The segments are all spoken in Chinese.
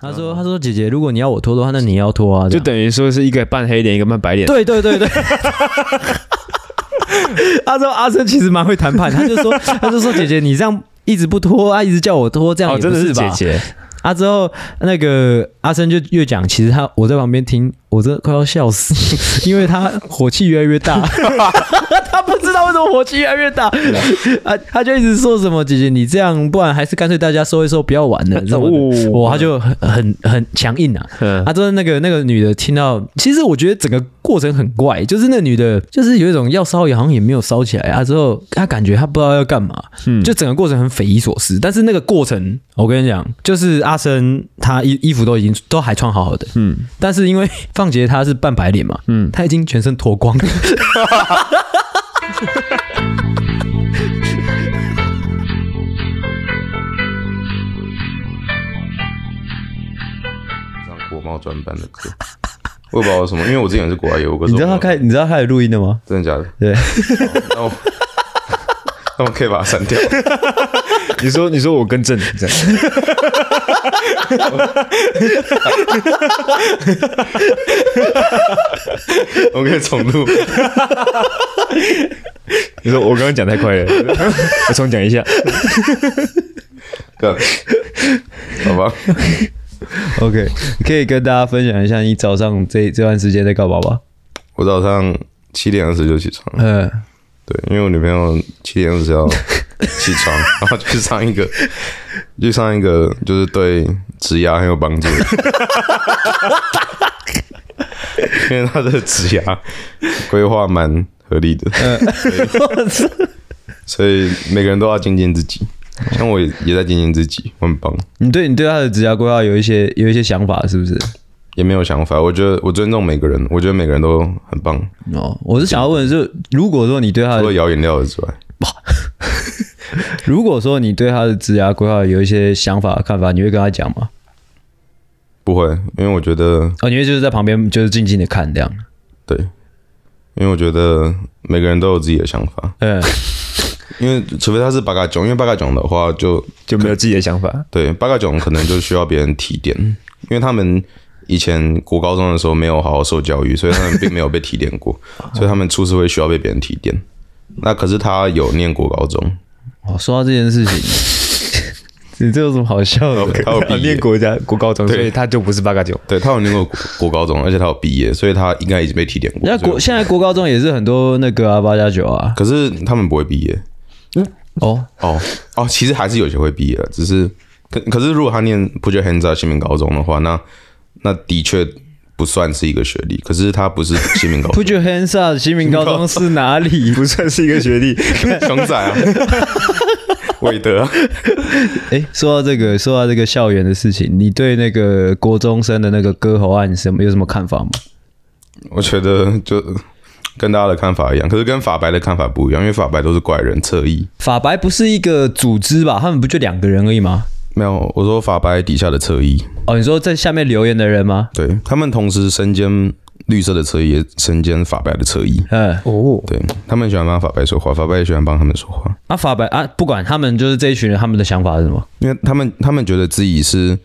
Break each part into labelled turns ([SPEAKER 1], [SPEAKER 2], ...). [SPEAKER 1] 他
[SPEAKER 2] 嗯
[SPEAKER 1] 说：“他说姐姐，如果你要我脱的话，那你要脱啊。”
[SPEAKER 2] 就等于说是一个半黑脸，一个半白脸。
[SPEAKER 1] 对对对对。 他说阿生其实蛮会谈判，他就 说他就说姐姐你这样一直不脱啊，一直叫我脱，这样
[SPEAKER 2] 哦，
[SPEAKER 1] 也
[SPEAKER 2] 真
[SPEAKER 1] 不
[SPEAKER 2] 的是
[SPEAKER 1] 吧？
[SPEAKER 2] 姐姐，
[SPEAKER 1] 啊之后那个阿生就越讲，其实他我在旁边听，我真的快要笑死，因 为他火气越来越大， 他不知道为什么火气越来越大，啊他就一直说什么姐姐你这样，不然还是干脆大家收一收，不要玩了，什么的，
[SPEAKER 2] 哦
[SPEAKER 1] 哇他就很很很强硬啊，
[SPEAKER 2] 嗯，
[SPEAKER 1] 啊，就是那个那个女的听到，其实我觉得整个过程很怪，就是那女的，就是有一种要烧也好像也没有烧起来啊，之后她感觉她不知道要干嘛，
[SPEAKER 2] 嗯
[SPEAKER 1] 就整个过程很匪夷所思。但是那个过程，我跟你讲，就是阿生他衣衣服都已经都还穿好好的，
[SPEAKER 2] 嗯
[SPEAKER 1] 但是因为放杰他是半白脸嘛，
[SPEAKER 2] 嗯，
[SPEAKER 1] 他已经全身脱光了。
[SPEAKER 3] 上国贸专班的课，我也不知道为什么，因为我之前也是国外有过这
[SPEAKER 1] 你
[SPEAKER 3] 种，
[SPEAKER 1] 知道他开，你知道他有录音的吗？
[SPEAKER 3] 真的假的？
[SPEAKER 1] 对，
[SPEAKER 3] 那我那我可以把它删掉。
[SPEAKER 2] 你说你说我更正这样，
[SPEAKER 3] 我可以重录。
[SPEAKER 2] 你说我刚刚讲太快了， 我重讲一下。
[SPEAKER 3] 干好吧，
[SPEAKER 1] OK，你可以跟大家分享一下你早上这这段时间在干嘛吧？
[SPEAKER 3] 我早上七点二十就起床了，
[SPEAKER 1] 嗯，
[SPEAKER 3] 对，因为我女朋友七点二十要起床，然后去上一个，去上一个就是对指压很有帮助的。因为她的指压规划蛮合理的，所以每个人都要精进自己。像我也在精进自己，我很棒，
[SPEAKER 1] 你对你对他的职业规划有一些有一些想法，是不是？
[SPEAKER 3] 也没有想法。我觉得我尊重每个人，我觉得每个人都很棒，
[SPEAKER 1] 哦，我是想要问的是，如果说你对他
[SPEAKER 3] 除了
[SPEAKER 1] 的，
[SPEAKER 3] 摇饮料之外，
[SPEAKER 1] 如果说你对他的职涯规划有一些想法看法，你会跟他讲吗？
[SPEAKER 3] 不会，因为我觉得
[SPEAKER 1] 哦，你会就是在旁边就是静静的看这样。
[SPEAKER 3] 对，因为我觉得每个人都有自己的想法，
[SPEAKER 1] 嗯，
[SPEAKER 3] 因为除非他是八嘎囧，因为八嘎囧的话就
[SPEAKER 2] 就没有自己的想法。
[SPEAKER 3] 对八嘎囧可能就需要别人提点，因为他们以前国高中的时候没有好好受教育，所以他们并没有被提点 过，所以他们出社会需要被别人提点。那可是他有念国高中，
[SPEAKER 1] 哦，说到这件事情，你 这有什么好笑的
[SPEAKER 3] OK 他有毕业
[SPEAKER 2] 啊念国家国高中，
[SPEAKER 3] 对
[SPEAKER 2] 所以他就不是八嘎九。
[SPEAKER 3] 对他有念过国国高中，而且他有毕业，所以他应该已经被提点过。
[SPEAKER 1] 人家
[SPEAKER 3] 所以
[SPEAKER 1] 国现在国高中也是很多那个啊八加九 啊。
[SPEAKER 3] 可是他们不会毕业
[SPEAKER 1] 哦，
[SPEAKER 3] 哦哦，其实还是有些会毕业的，只是可可是如果他念普觉 hands 新民高中的话，那那的确不算是一个学历，可是他不是新民高
[SPEAKER 1] 不觉
[SPEAKER 3] 中，
[SPEAKER 1] hands up，新民高中是哪里？
[SPEAKER 2] 不算是一个学历，
[SPEAKER 3] 熊 仔啊，韦德、啊，
[SPEAKER 1] 哎，说到这个，说到这个校园的事情，你对那个国中生的那个割喉案什么有什么看法吗？
[SPEAKER 3] 我觉得就跟大家的看法一样，可是跟法白的看法不一样，因为法白都是怪人侧翼，
[SPEAKER 1] 法白不是一个组织吧？他们不就两个人而已吗？
[SPEAKER 3] 没有，我说法白底下的侧翼，
[SPEAKER 1] 哦，你说在下面留言的人吗？
[SPEAKER 3] 对他们同时身兼绿色的侧翼，也身兼法白的侧翼。
[SPEAKER 1] 嗯，
[SPEAKER 2] 哦，
[SPEAKER 3] 对他们喜欢帮法白说话，法白也喜欢帮他们说话，
[SPEAKER 1] 啊，法白啊，不管他们就是这一群人，他们的想法是什么？
[SPEAKER 3] 因为他们他们觉得自己是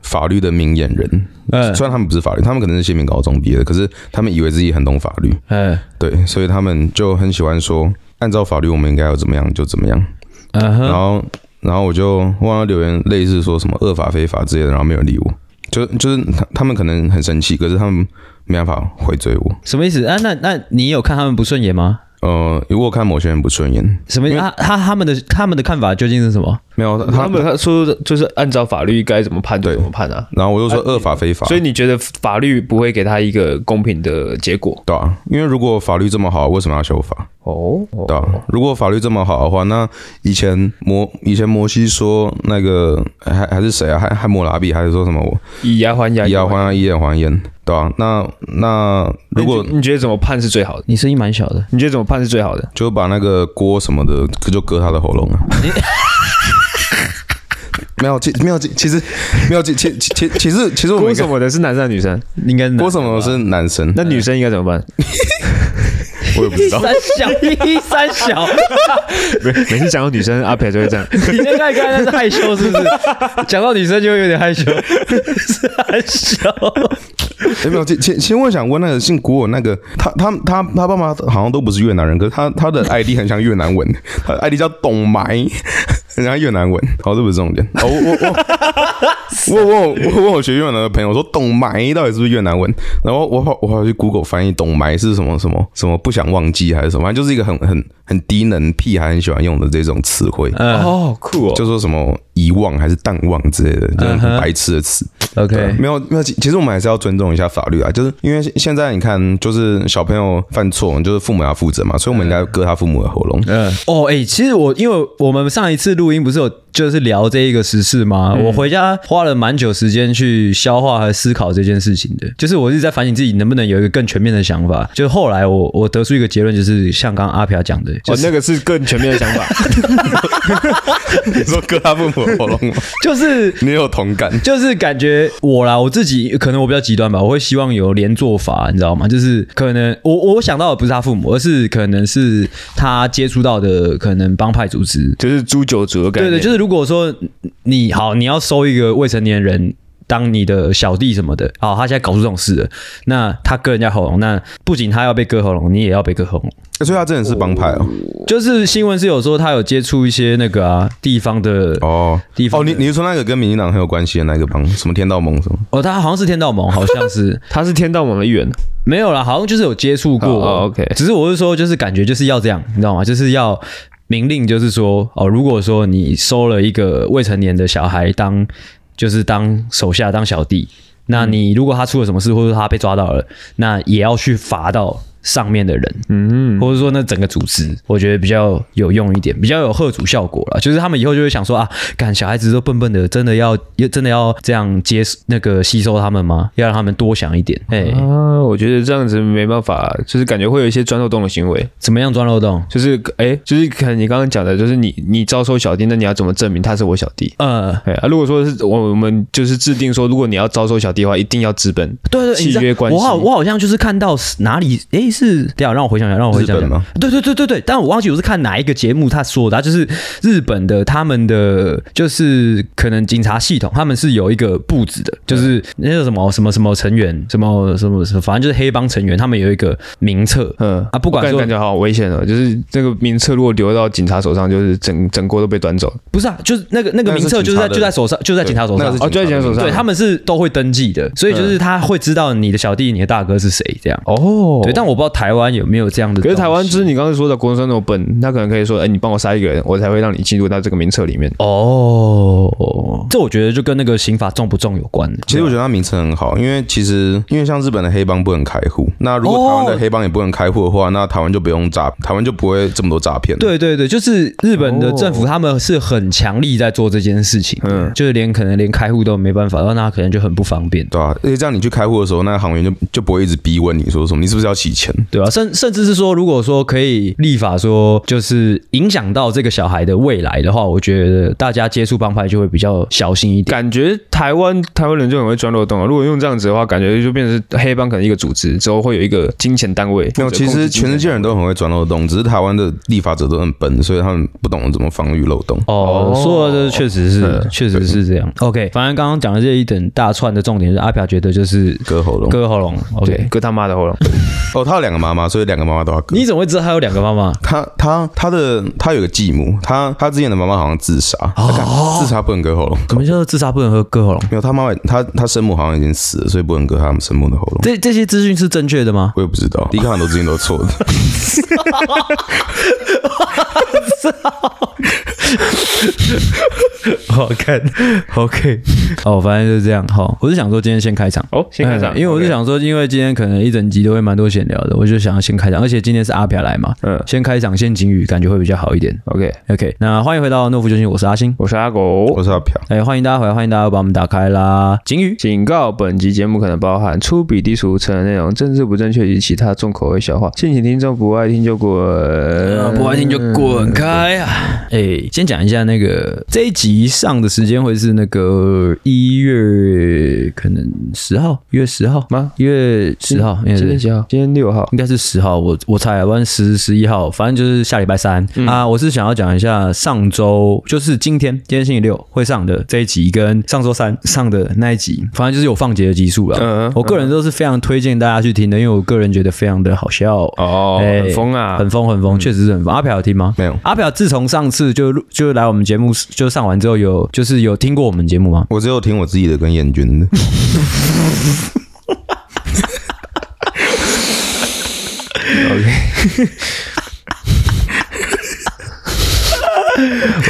[SPEAKER 3] 法律的明眼人，
[SPEAKER 1] 嗯
[SPEAKER 3] 虽然他们不是法律，他们可能是新民高中毕业的，可是他们以为自己很懂法律，
[SPEAKER 1] 嗯
[SPEAKER 3] 对，所以他们就很喜欢说，按照法律我们应该要怎么样就怎么样，
[SPEAKER 1] 嗯
[SPEAKER 3] 然
[SPEAKER 1] 哼，
[SPEAKER 3] 后然后我就忘了留言，类似说什么恶法非法之类的，然后没有理我，就就是他他们可能很生气，可是他们没办法回追我，
[SPEAKER 1] 什么意思啊？那那你有看他们不顺眼吗？
[SPEAKER 3] 呃，如果看某些人不顺眼，
[SPEAKER 1] 什么意思？啊？他他们的他们的看法究竟是什么？
[SPEAKER 3] 没有
[SPEAKER 2] 他
[SPEAKER 3] 他
[SPEAKER 2] 们他说就是按照法律该怎么判就
[SPEAKER 3] 对
[SPEAKER 2] 怎么判啊。
[SPEAKER 3] 然后我就说恶法非法，
[SPEAKER 2] 所以你觉得法律不会给他一个公平的结果？
[SPEAKER 3] 对啊，因为如果法律这么好，为什么要修法？
[SPEAKER 2] 哦，
[SPEAKER 3] 对啊、如果法律这么好的话，那以前摩以前摩西说那个还还是谁啊？还还摩拉比还是说什么我
[SPEAKER 2] 以牙还牙，
[SPEAKER 3] 以牙还牙，以眼还眼，对啊，那那如果
[SPEAKER 2] 你觉得怎么判是最好的？
[SPEAKER 1] 你声音蛮小的，
[SPEAKER 2] 你觉得怎么判是最好的？
[SPEAKER 3] 就把那个锅什么的就割他的喉咙啊。 没有，其没有，其其实没有，其其其其其实其实我们
[SPEAKER 2] 为
[SPEAKER 3] 应该
[SPEAKER 2] 什么的是男生还是女生？
[SPEAKER 1] 应该是男
[SPEAKER 3] 锅什么是男生，
[SPEAKER 2] 那女生应该怎么办？
[SPEAKER 3] 我也不知道。
[SPEAKER 1] 三小一三 小，
[SPEAKER 2] 每每次讲到女生，阿培就会这样。
[SPEAKER 1] 你那个刚才是害羞是不是？讲到女生就会有点害羞， 是害羞。
[SPEAKER 3] 有没有？先先先问，想问那个姓古尔那个，他他他他爸妈好像都不是越南人，可是他他的 ID 很像越南文，他的 ID 叫董埋， 很像越南文。好，这不是重点。 哦、我我我我我我问我学越南的朋友我说董埋到底是不是越南文，然后我跑我跑去 Google 翻译董埋是什么什么什么不想忘记还是什么，反正就是一个很很很低能屁还很喜欢用的这种词汇。
[SPEAKER 2] 哦，酷哦，
[SPEAKER 3] 就说什么遗忘还是淡忘之类的，就是很白痴的词。
[SPEAKER 1] OK，
[SPEAKER 3] 没有没有，其其实我们还是要尊重一下法律啊，就是因为现在你看，就是小朋友犯错，就是父母要负责嘛，所以我们应该割他父母的喉咙。
[SPEAKER 1] 嗯，哦，哎、其实我因为我们上一次录音不是有就是聊这一个时事吗？我回家花了蛮久时间去消化和思考这件事情的，就是我一直在反省自己能不能有一个更全面的想法。就是后来我我得出一个结论，就是像刚刚阿飘讲的，就
[SPEAKER 2] 哦，那个是 更全面的想法。
[SPEAKER 3] 你说割他父母的喉咙吗？
[SPEAKER 1] 就是
[SPEAKER 3] 你有同感？
[SPEAKER 1] 就是感觉我啦，我自己可能我比较极端吧，我会希望有连坐法，你知道吗？就是可能我我想到的不是他父母，而是可能是他接触到的可能帮派组织。
[SPEAKER 2] 就是诛九族的概
[SPEAKER 1] 对
[SPEAKER 2] 念。
[SPEAKER 1] 对，就是是如果说你好，你要收一个未成年人。当你的小弟什么的，好，他现在搞出这种事了，那他割人家喉咙，那不仅他要被割喉咙，你也要被割喉咙。
[SPEAKER 3] 所以他真的是帮派哦。
[SPEAKER 1] 就是新闻是有说他有接触一些那个啊地方的
[SPEAKER 3] 哦
[SPEAKER 1] 地方
[SPEAKER 3] 哦，
[SPEAKER 1] 的
[SPEAKER 3] 你你是说那个跟民进党很有关系的那个帮，什么天道盟什么？
[SPEAKER 1] 哦，他好像是天道盟，好像是，
[SPEAKER 2] 他是天道盟的一员，
[SPEAKER 1] 没有啦，好像就是有接触过。
[SPEAKER 2] 哦哦，OK
[SPEAKER 1] 只是我是说，就是感觉就是要这样，你知道吗？就是要明令，就是说，哦，如果说你收了一个未成年的小孩当，就是当手下当小弟，那你如果他出了什么事，或者说他被抓到了，那也要去罚到。上面的人，嗯，或者说那整个组织，我觉得比较有用一点，比较有贺主效果了。就是他们以后就会想说啊，干小孩子都笨笨的，真的要真的要这样接那个吸收他们吗？要让他们多想一点，哎、
[SPEAKER 2] 啊，我觉得这样子没办法，就是感觉会有一些钻漏洞的行为，
[SPEAKER 1] 怎么样钻漏洞？
[SPEAKER 2] 就是哎、就是可能你刚刚讲的，就是你你招收小弟，那你要怎么证明他是我小弟？
[SPEAKER 1] 呃，
[SPEAKER 2] 哎、啊，如果说是我我们就是制定说，如果你要招收小弟的话，一定要资本，
[SPEAKER 1] 对对，你知道
[SPEAKER 2] 契约关系
[SPEAKER 1] 我好，我好像就是看到是哪里，诶，是，等一下让我回想一下，让我回想一下
[SPEAKER 3] 日本吗？
[SPEAKER 1] 对对对对对，但我忘记我是看哪一个节目他说的，他就是日本的他们的就是可能警察系统，他们是有一个布置的，就是那个什么什么什么成员，什么什么什么，反正就是黑帮成员，他们有一个名册，
[SPEAKER 2] 嗯
[SPEAKER 1] 啊不管
[SPEAKER 2] 我感
[SPEAKER 1] 说
[SPEAKER 2] 感觉好危险哦，就是这个名册如果流到警察手上，就是整整锅都被端走了。
[SPEAKER 1] 不是啊，就是那个那个
[SPEAKER 3] 那个是
[SPEAKER 1] 名册就是在
[SPEAKER 3] 警察的
[SPEAKER 1] 就在手上，就在警察手
[SPEAKER 3] 那
[SPEAKER 1] 上
[SPEAKER 3] 个是。
[SPEAKER 2] 哦就在警察手上
[SPEAKER 1] 对他们是都会登记的，所以就是他会知道你的小弟、你的大哥是谁这样。
[SPEAKER 2] 哦
[SPEAKER 1] 对，但我不知道台湾有没有这样的东
[SPEAKER 2] 可
[SPEAKER 1] 西。
[SPEAKER 2] 是台湾就是你刚刚说的国中生那种本，他可能可以说，哎、你帮我杀一个人，我才会让你进入到这个名册里面。
[SPEAKER 1] 哦，这我觉得就跟那个刑法重不重有关的。
[SPEAKER 3] 其实我觉得他名称很好，因为其实因为像日本的黑帮不能开户，那如果台湾
[SPEAKER 1] 哦
[SPEAKER 3] 的黑帮也不能开户的话，那台湾就不用诈，台湾就不会这么多诈骗。，
[SPEAKER 1] 对对对，就是日本的政府他们是很强力在做这件事情，嗯，就是连可能连开户都没办法，然后那可能就很不方便，
[SPEAKER 3] 对啊，而且这样你去开户的时候，那个行员就就不会一直逼问你说什么，你是不是要洗钱？
[SPEAKER 1] 对吧、
[SPEAKER 2] 嗯
[SPEAKER 1] 甚甚至是说，如果说可以立法说，就是影响到这个小孩的未来的话，我觉得大家接触帮派就会比较小心一点。
[SPEAKER 2] 感觉台湾台湾人就很会钻漏洞啊！如果用这样子的话，感觉就变成是黑帮可能一个组织之后会有一个金钱单位。
[SPEAKER 3] 没有，其实全世界人都很会钻漏洞，只是台湾的立法者都很笨，所以他们不懂怎么防御漏洞。
[SPEAKER 1] 哦，
[SPEAKER 2] 哦
[SPEAKER 1] 说的确实是
[SPEAKER 2] 嗯，
[SPEAKER 1] 确实是这样。OK，反正刚刚讲的这一整大串的重点是阿飘觉得就是
[SPEAKER 3] 割喉咙
[SPEAKER 1] 割喉咙。
[SPEAKER 2] 对
[SPEAKER 1] OK，
[SPEAKER 2] 割他妈的喉咙，
[SPEAKER 3] 哦，他有两个妈妈，所以两个妈妈都要割。
[SPEAKER 1] 你怎么会知道他有两个妈妈？
[SPEAKER 3] 他他他的他有个继母，他他之前的妈妈好像自杀，
[SPEAKER 1] 哦
[SPEAKER 3] 她看自杀不能割喉咙。
[SPEAKER 1] 什么叫做自杀不能喝割喉咙？
[SPEAKER 3] 没有，他妈妈他他生母好像已经死了，所以不能割他们生母的喉咙。
[SPEAKER 1] 这这些资讯是正确的 吗？
[SPEAKER 3] 我也不知道，你看很多资讯 都错的。
[SPEAKER 1] 好看，OK，哦，反正就是这样。好，我是想说今天先开场。
[SPEAKER 2] 哦先开场
[SPEAKER 1] 嗯因为我是
[SPEAKER 2] OK
[SPEAKER 1] 想说，因为今天可能一整集都会蛮多闲聊的，我就想要先开场，而且今天是阿飘来嘛，
[SPEAKER 2] 嗯
[SPEAKER 1] 先开场先警语，感觉会比较好一点。
[SPEAKER 2] ，OK，
[SPEAKER 1] OK，那欢迎回到诺夫救星，我是阿星。
[SPEAKER 2] 我是阿狗。
[SPEAKER 3] 我是阿飘，
[SPEAKER 1] 哎，欢迎大家回来，欢迎大家把我们打开啦。警语，
[SPEAKER 2] 警告：本集节目可能包含粗鄙、低俗、成人内容、政治不正确以及其他重口味呃笑话，敬请听众不爱听就滚。
[SPEAKER 1] 嗯不爱听就滚开啊！哎，今先讲一下那个这一集上的时间会是那个一月可能十号，一月十号
[SPEAKER 2] 吗？
[SPEAKER 1] 一月十号，应该
[SPEAKER 2] 今
[SPEAKER 1] 是
[SPEAKER 2] 天几号？今天六号。
[SPEAKER 1] 应该是十号，我我猜，啊反正十十一号，反正就是下礼拜三、
[SPEAKER 2] 嗯
[SPEAKER 1] 啊。我是想要讲一下上周，就是今天，今天星期六会上的这一集，跟上周三上的那一集，反正就是有放节的集数了。
[SPEAKER 2] 嗯
[SPEAKER 1] 我个人都是非常推荐大家去听的，因为我个人觉得非常的好笑
[SPEAKER 2] 哦，
[SPEAKER 1] 哎
[SPEAKER 2] 很疯啊，
[SPEAKER 1] 很疯很疯，确实是很疯。阿朴有听吗？
[SPEAKER 3] 没有
[SPEAKER 1] 阿朴自从上次就录就来我们节目就上完之后有，就是有听过我们节目吗？
[SPEAKER 3] 我只有听我自己的跟燕君的，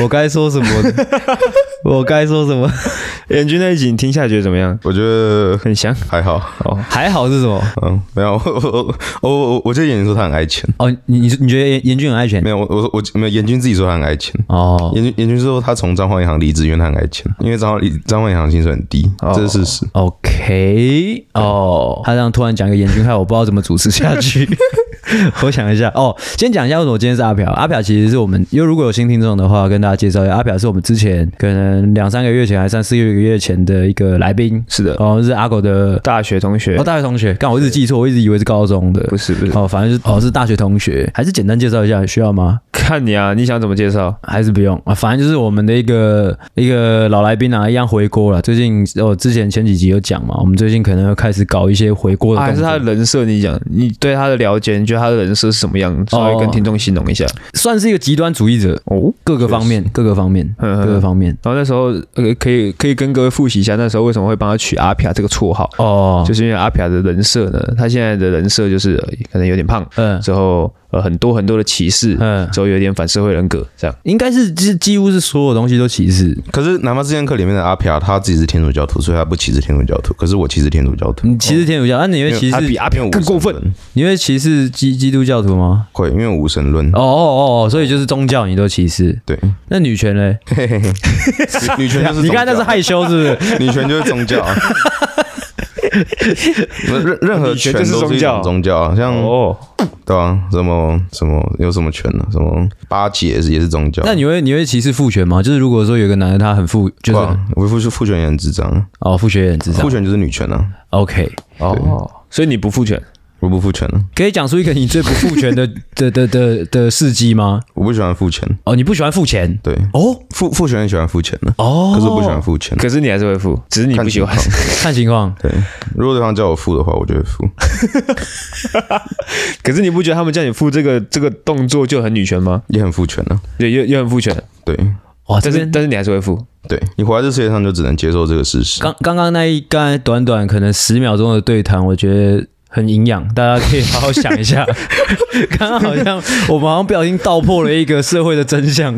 [SPEAKER 1] 我该说什 么？我该说什么？
[SPEAKER 2] 眼君那一集你听下觉得怎么样？
[SPEAKER 3] 我觉得
[SPEAKER 2] 很香
[SPEAKER 3] 还好。
[SPEAKER 2] 哦。
[SPEAKER 1] 还好是什么？
[SPEAKER 3] 嗯，没有， 我我我我我觉得严君说他很爱钱，
[SPEAKER 1] 哦，你你你觉得严严俊很爱钱
[SPEAKER 3] 没？有，我我我没有，严君自己说他很爱钱。
[SPEAKER 1] 哦
[SPEAKER 3] 严君严君说他从彰化银行离职，因为他很爱钱，因为彰化彰化银行薪水很低，
[SPEAKER 1] 哦
[SPEAKER 3] 这是事实。
[SPEAKER 1] ，OK，哦，他这样突然讲一个严俊，害我不知道怎么主持下 去。我想一下哦，先讲一下为什么今天是阿朴。阿朴其实是我们，因为如果有新听众的话，跟大家介绍一下，阿朴是我们之前可能两三个月前，还三四个月前的一个来宾，
[SPEAKER 2] 是的，
[SPEAKER 1] 哦，是阿狗的
[SPEAKER 2] 大学同学
[SPEAKER 1] 哦，大学同学，刚我一直记错，我一直以为是高中的
[SPEAKER 2] 不，是不是，
[SPEAKER 1] 哦，反正是哦是大学同学，还是简单介绍一下，需要吗？
[SPEAKER 2] 看你啊，你想怎么介绍？
[SPEAKER 1] 还是不用啊？反正就是我们的一个一个老来宾啊，一样回锅了。最近哦，之前前几集有讲嘛，我们最近可能要开始搞一些回锅的
[SPEAKER 2] 啊还
[SPEAKER 1] 动
[SPEAKER 2] 是
[SPEAKER 1] 作，
[SPEAKER 2] 他的人设？你讲，你对他的了解，你觉得他的人设是什么样？稍微跟听众形容一下。
[SPEAKER 1] 算是一个极端主义者，
[SPEAKER 2] 哦，
[SPEAKER 1] 各个方面，各个方面，
[SPEAKER 2] 嗯嗯
[SPEAKER 1] 各个方面。
[SPEAKER 2] 然后那时候呃，可以可以跟各位复习一下，那时候为什么会帮他取阿皮亚这个绰号，
[SPEAKER 1] 哦，
[SPEAKER 2] 就是因为阿皮亚的人设呢，他现在的人设就是、呃可能有点胖，
[SPEAKER 1] 嗯
[SPEAKER 2] 之后呃很多很多的歧视，
[SPEAKER 1] 嗯，
[SPEAKER 2] 之后有点反社会人格，这样
[SPEAKER 1] 应该是几几乎是所有东西都歧视。
[SPEAKER 3] 可是南方之剑客里面的阿飘，他自己是天主教徒，所以他不歧视天主教徒。可是我歧视天主教徒，
[SPEAKER 1] 你歧视天主教，那、啊你会歧
[SPEAKER 2] 他比
[SPEAKER 1] 视？
[SPEAKER 2] 阿皮亚更过分。
[SPEAKER 1] 你会歧视基基督教徒吗？
[SPEAKER 3] 会，因为我无神论。
[SPEAKER 1] 哦哦哦，所以就是宗教你都歧视。
[SPEAKER 3] 对，
[SPEAKER 1] 那女权嘞？
[SPEAKER 3] 嘿嘿嘿女权就是
[SPEAKER 1] 你刚才那是
[SPEAKER 3] 宗教
[SPEAKER 1] 害羞是不 是？
[SPEAKER 3] 女权就是宗 教啊，任任何
[SPEAKER 2] 女权
[SPEAKER 3] 权
[SPEAKER 2] 就是
[SPEAKER 3] 都是
[SPEAKER 2] 宗
[SPEAKER 3] 一
[SPEAKER 2] 教
[SPEAKER 3] 种宗教啊，像
[SPEAKER 2] 哦，
[SPEAKER 3] 对啊，什么什么有什么权呢？什么巴结也是也是宗教。
[SPEAKER 1] 那你会你会歧视父权吗？就是如果说有一个男的他很父，就是、
[SPEAKER 3] 哇，啊我父父权也很智障，啊
[SPEAKER 1] 哦父权也很智障
[SPEAKER 3] 父。权就是女权啊，
[SPEAKER 1] OK，
[SPEAKER 2] 哦，所以你不复权，
[SPEAKER 3] 我不父权啊，
[SPEAKER 1] 可以讲出一个你最不父权 的的的的的事迹吗？
[SPEAKER 3] 我不喜欢父权。
[SPEAKER 1] 哦，你不喜欢父权？
[SPEAKER 3] 对，
[SPEAKER 1] 哦
[SPEAKER 3] 父父权很喜欢付钱的，
[SPEAKER 1] 哦，
[SPEAKER 3] 可是我不喜欢付钱。
[SPEAKER 2] 可是你还是会付，只是你
[SPEAKER 3] 看
[SPEAKER 2] 不喜
[SPEAKER 3] 情
[SPEAKER 2] 欢
[SPEAKER 3] 况。
[SPEAKER 1] 看情况。
[SPEAKER 3] 对，如果对方叫我付的话，我就会付。
[SPEAKER 2] 可是你不觉得他们叫你付这个这个动作就很女权吗？
[SPEAKER 3] 也很父权啊。
[SPEAKER 2] 也也也很父权，
[SPEAKER 3] 对
[SPEAKER 1] 哇，这
[SPEAKER 2] 但是
[SPEAKER 1] 边
[SPEAKER 2] 但是你还是会付。
[SPEAKER 3] 对，你活在这世界上就只能接受这个事实。
[SPEAKER 1] 刚刚刚那一刚才短短可能十秒钟的对谈，我觉得。很营养，大家可以好好想一 下。刚刚好像我们好像不小心道破了一个社会的真相。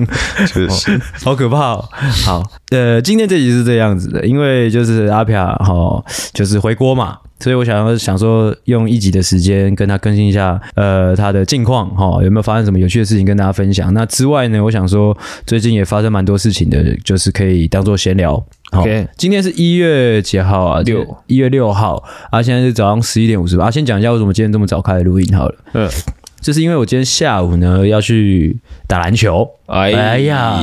[SPEAKER 3] 确实，
[SPEAKER 1] 好可怕、哦！好，呃，今天这集是这样子的，因为就是阿飘哈、哦，就是回国嘛，所以我想要想说用一集的时间跟他更新一下，呃，他的近况哈、有没有发生什么有趣的事情跟大家分享？那之外呢，我想说最近也发生蛮多事情的，就是可以当做闲聊。好
[SPEAKER 2] OK
[SPEAKER 1] 今天是一月几号啊？
[SPEAKER 2] 六
[SPEAKER 1] 一月六号啊，现在是早上十一点五十八。啊先讲一下为什么今天这么早开始录音好了，
[SPEAKER 2] 嗯，
[SPEAKER 1] 就是因为我今天下午呢要去打篮球。哎
[SPEAKER 2] 哎
[SPEAKER 1] 呀
[SPEAKER 2] 呀，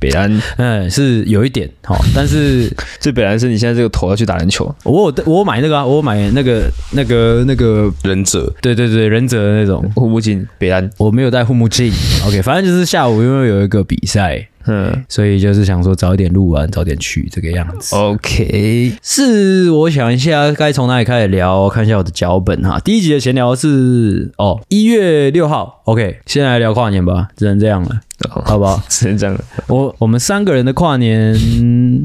[SPEAKER 2] 北兰，
[SPEAKER 1] 嗯，是有一点好， 但是
[SPEAKER 2] 这北兰是你现在这个头要去打篮球，
[SPEAKER 1] 我有我有买那个啊，我有买那个那个那个，
[SPEAKER 3] 忍者
[SPEAKER 1] 对对对，忍者的那种，
[SPEAKER 2] 护目镜，北兰，
[SPEAKER 1] 我没有戴护目镜。OK，反正就是下午因为有一个比赛，
[SPEAKER 2] 嗯
[SPEAKER 1] 所以就是想说早一点录完，早点去这个样子。
[SPEAKER 2] ，OK，
[SPEAKER 1] 是我想一下该从哪里开始聊，看一下我的脚本哈。第一集的闲聊是哦，一月六号，OK，先来聊跨年吧，只能这样了，
[SPEAKER 2] 好，
[SPEAKER 1] 好不好？
[SPEAKER 2] 只能这样了。
[SPEAKER 1] 我我们三个人的跨 年，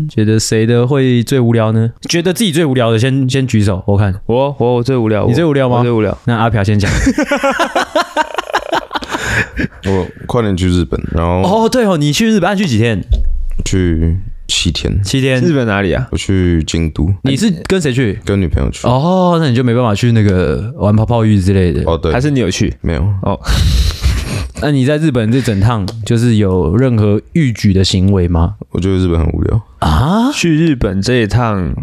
[SPEAKER 1] 觉得谁的会最无聊呢？觉得自己最无聊的先先举手，我看。
[SPEAKER 2] 我我我最无聊，
[SPEAKER 1] 你最
[SPEAKER 2] 我
[SPEAKER 1] 无聊吗
[SPEAKER 2] 我最无聊，
[SPEAKER 1] 那阿朴先讲。
[SPEAKER 3] 我快点去日本，然后
[SPEAKER 1] 哦，对哦，你去日本去几天？
[SPEAKER 3] 去七天，
[SPEAKER 1] 七天
[SPEAKER 2] 日。本哪里啊？
[SPEAKER 3] 我去京都
[SPEAKER 1] 哦你是跟谁去？
[SPEAKER 3] 跟女朋友去。
[SPEAKER 1] 哦，那你就没办法去那个玩泡泡浴之类的。
[SPEAKER 3] 哦，对
[SPEAKER 2] 还，是你有去？
[SPEAKER 3] 没有，
[SPEAKER 2] 哦，
[SPEAKER 1] 那你在日本这整趟就是有任何逾矩的行为吗？
[SPEAKER 3] 我觉得日本很无聊，
[SPEAKER 1] 啊？
[SPEAKER 2] 去日本这一趟，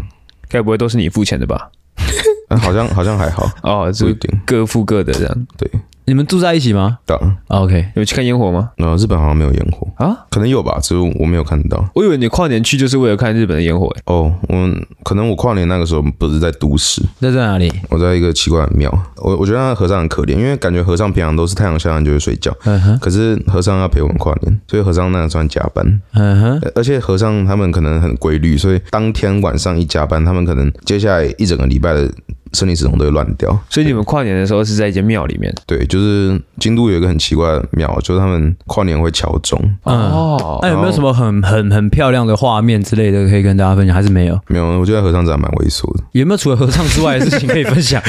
[SPEAKER 2] 该不会都是你付钱的吧？
[SPEAKER 3] 哎但好像好像还好，
[SPEAKER 2] 哦，
[SPEAKER 3] 不
[SPEAKER 2] 就
[SPEAKER 3] 一定。
[SPEAKER 2] 各付各的这样。
[SPEAKER 3] 对，
[SPEAKER 1] 你们住在一起吗
[SPEAKER 3] 对啊，
[SPEAKER 1] 哦？OK，
[SPEAKER 2] 有去看烟火吗？
[SPEAKER 3] 然后日本好像没有烟火，
[SPEAKER 2] 啊，
[SPEAKER 3] 可能有吧，只是我没有看到。
[SPEAKER 2] 我以为你跨年去就是为了看日本的烟火、欸，
[SPEAKER 3] 哦，我可能我跨年那个时候不是在都市，
[SPEAKER 1] 那在哪里？
[SPEAKER 3] 我在一个奇怪的庙。我我觉得那和尚很可怜，因为感觉和尚平常都是太阳下山就会睡觉，
[SPEAKER 1] 嗯哼，
[SPEAKER 3] 可是和尚要陪我们跨年，所以和尚那算加班。
[SPEAKER 1] 嗯哼，
[SPEAKER 3] 呃而且和尚他们可能很规律，所以当天晚上一加班，他们可能接下来一整个礼拜的生理时钟都会乱掉。
[SPEAKER 2] 所以你们跨年的时候是在一间庙里面。
[SPEAKER 3] 对，就是京都有一个很奇怪的庙，就是他们跨年会敲钟，
[SPEAKER 1] 嗯
[SPEAKER 2] 哦，
[SPEAKER 1] 那有没有什么很很很漂亮的画面之类的可以跟大家分享？还是没有？
[SPEAKER 3] 没有，我觉得和尚长得蛮猥琐的。
[SPEAKER 1] 有没有除了合唱之外的事情可以分享？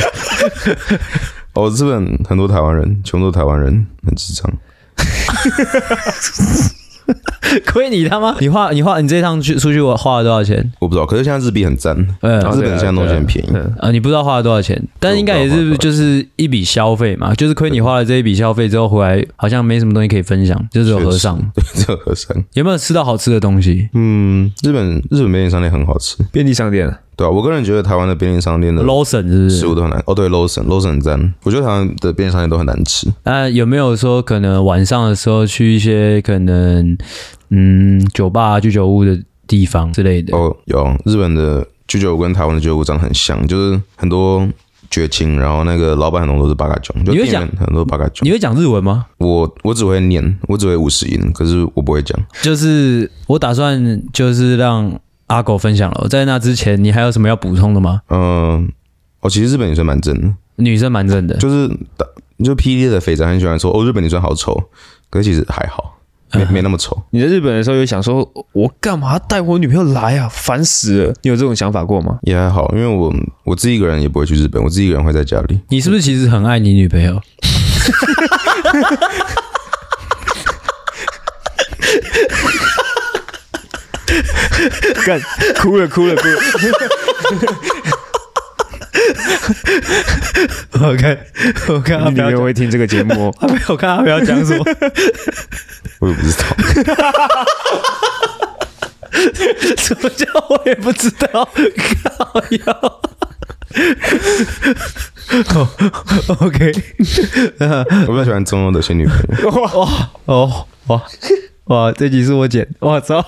[SPEAKER 3] 哦，日本很多台湾人，全部都是台湾人，很智障。
[SPEAKER 1] 亏你他妈！你花你花你这趟去出去我花了多少钱？
[SPEAKER 3] 我不知道，可是现在日币很赞，
[SPEAKER 1] 嗯
[SPEAKER 2] 哦
[SPEAKER 3] 日本现在东西很便宜
[SPEAKER 2] 对啊对啊
[SPEAKER 1] 啊，你不知道花了多少钱，但应该也
[SPEAKER 3] 我不知道花
[SPEAKER 1] 是
[SPEAKER 3] 了多
[SPEAKER 1] 就是一笔消费嘛，就是亏你花了这一笔消费之后回来，好像没什么东西可以分享，就只有和尚。
[SPEAKER 3] 对，这个和尚。
[SPEAKER 1] 有没有吃到好吃的东西？
[SPEAKER 3] 嗯，日本日本便利商店很好吃，
[SPEAKER 2] 便利商店，
[SPEAKER 3] 对啊，我个人觉得台湾的便利商店的
[SPEAKER 1] Lawson 是不
[SPEAKER 3] 食
[SPEAKER 1] 是？
[SPEAKER 3] 物都很难。哦，对，Lawson，Lawson 很赞，我觉得台湾的便利商店都很难吃。
[SPEAKER 1] 那啊有没有说可能晚上的时候去一些可能嗯酒吧、居酒屋的地方之类的？
[SPEAKER 3] 哦，有日本的居酒屋跟台湾的居酒屋长得很像，就是很多绝情，然后那个老板很多都是八嘎囧，就
[SPEAKER 1] 你会
[SPEAKER 3] 店员很多八嘎囧
[SPEAKER 1] 你。会讲日文吗？
[SPEAKER 3] 我我只会念，我只会五十音，可是我不会讲。
[SPEAKER 1] 就是我打算就是让阿狗分享了。在那之前，你还有什么要补充的吗？
[SPEAKER 3] 嗯、哦，其实日本女生蛮正的，
[SPEAKER 1] 女生蛮正的，
[SPEAKER 3] 就是打就 P D 的肥宅很喜欢说哦，日本女生好丑，可是其实还好，没没那么丑。
[SPEAKER 2] 你在日本的时候有想说，我干嘛带我女朋友来啊？烦死了！你有这种想法过吗？
[SPEAKER 3] 也还好，因为我我自己一个人也不会去日本，我自己一个人会在家里。
[SPEAKER 1] 你是不是其实很爱你女朋友？
[SPEAKER 2] 干，哭了哭了哭了！
[SPEAKER 1] 我看，我看，
[SPEAKER 2] 你女朋友会听这个节目哦
[SPEAKER 1] 阿彪，我看阿彪讲 什么？
[SPEAKER 3] 我也不知道，
[SPEAKER 1] 什么叫我也不知道？靠腰。哦，OK，
[SPEAKER 3] 我比较喜欢中欧的新女朋友。
[SPEAKER 1] 哇哦哇哇，这集是我剪，我操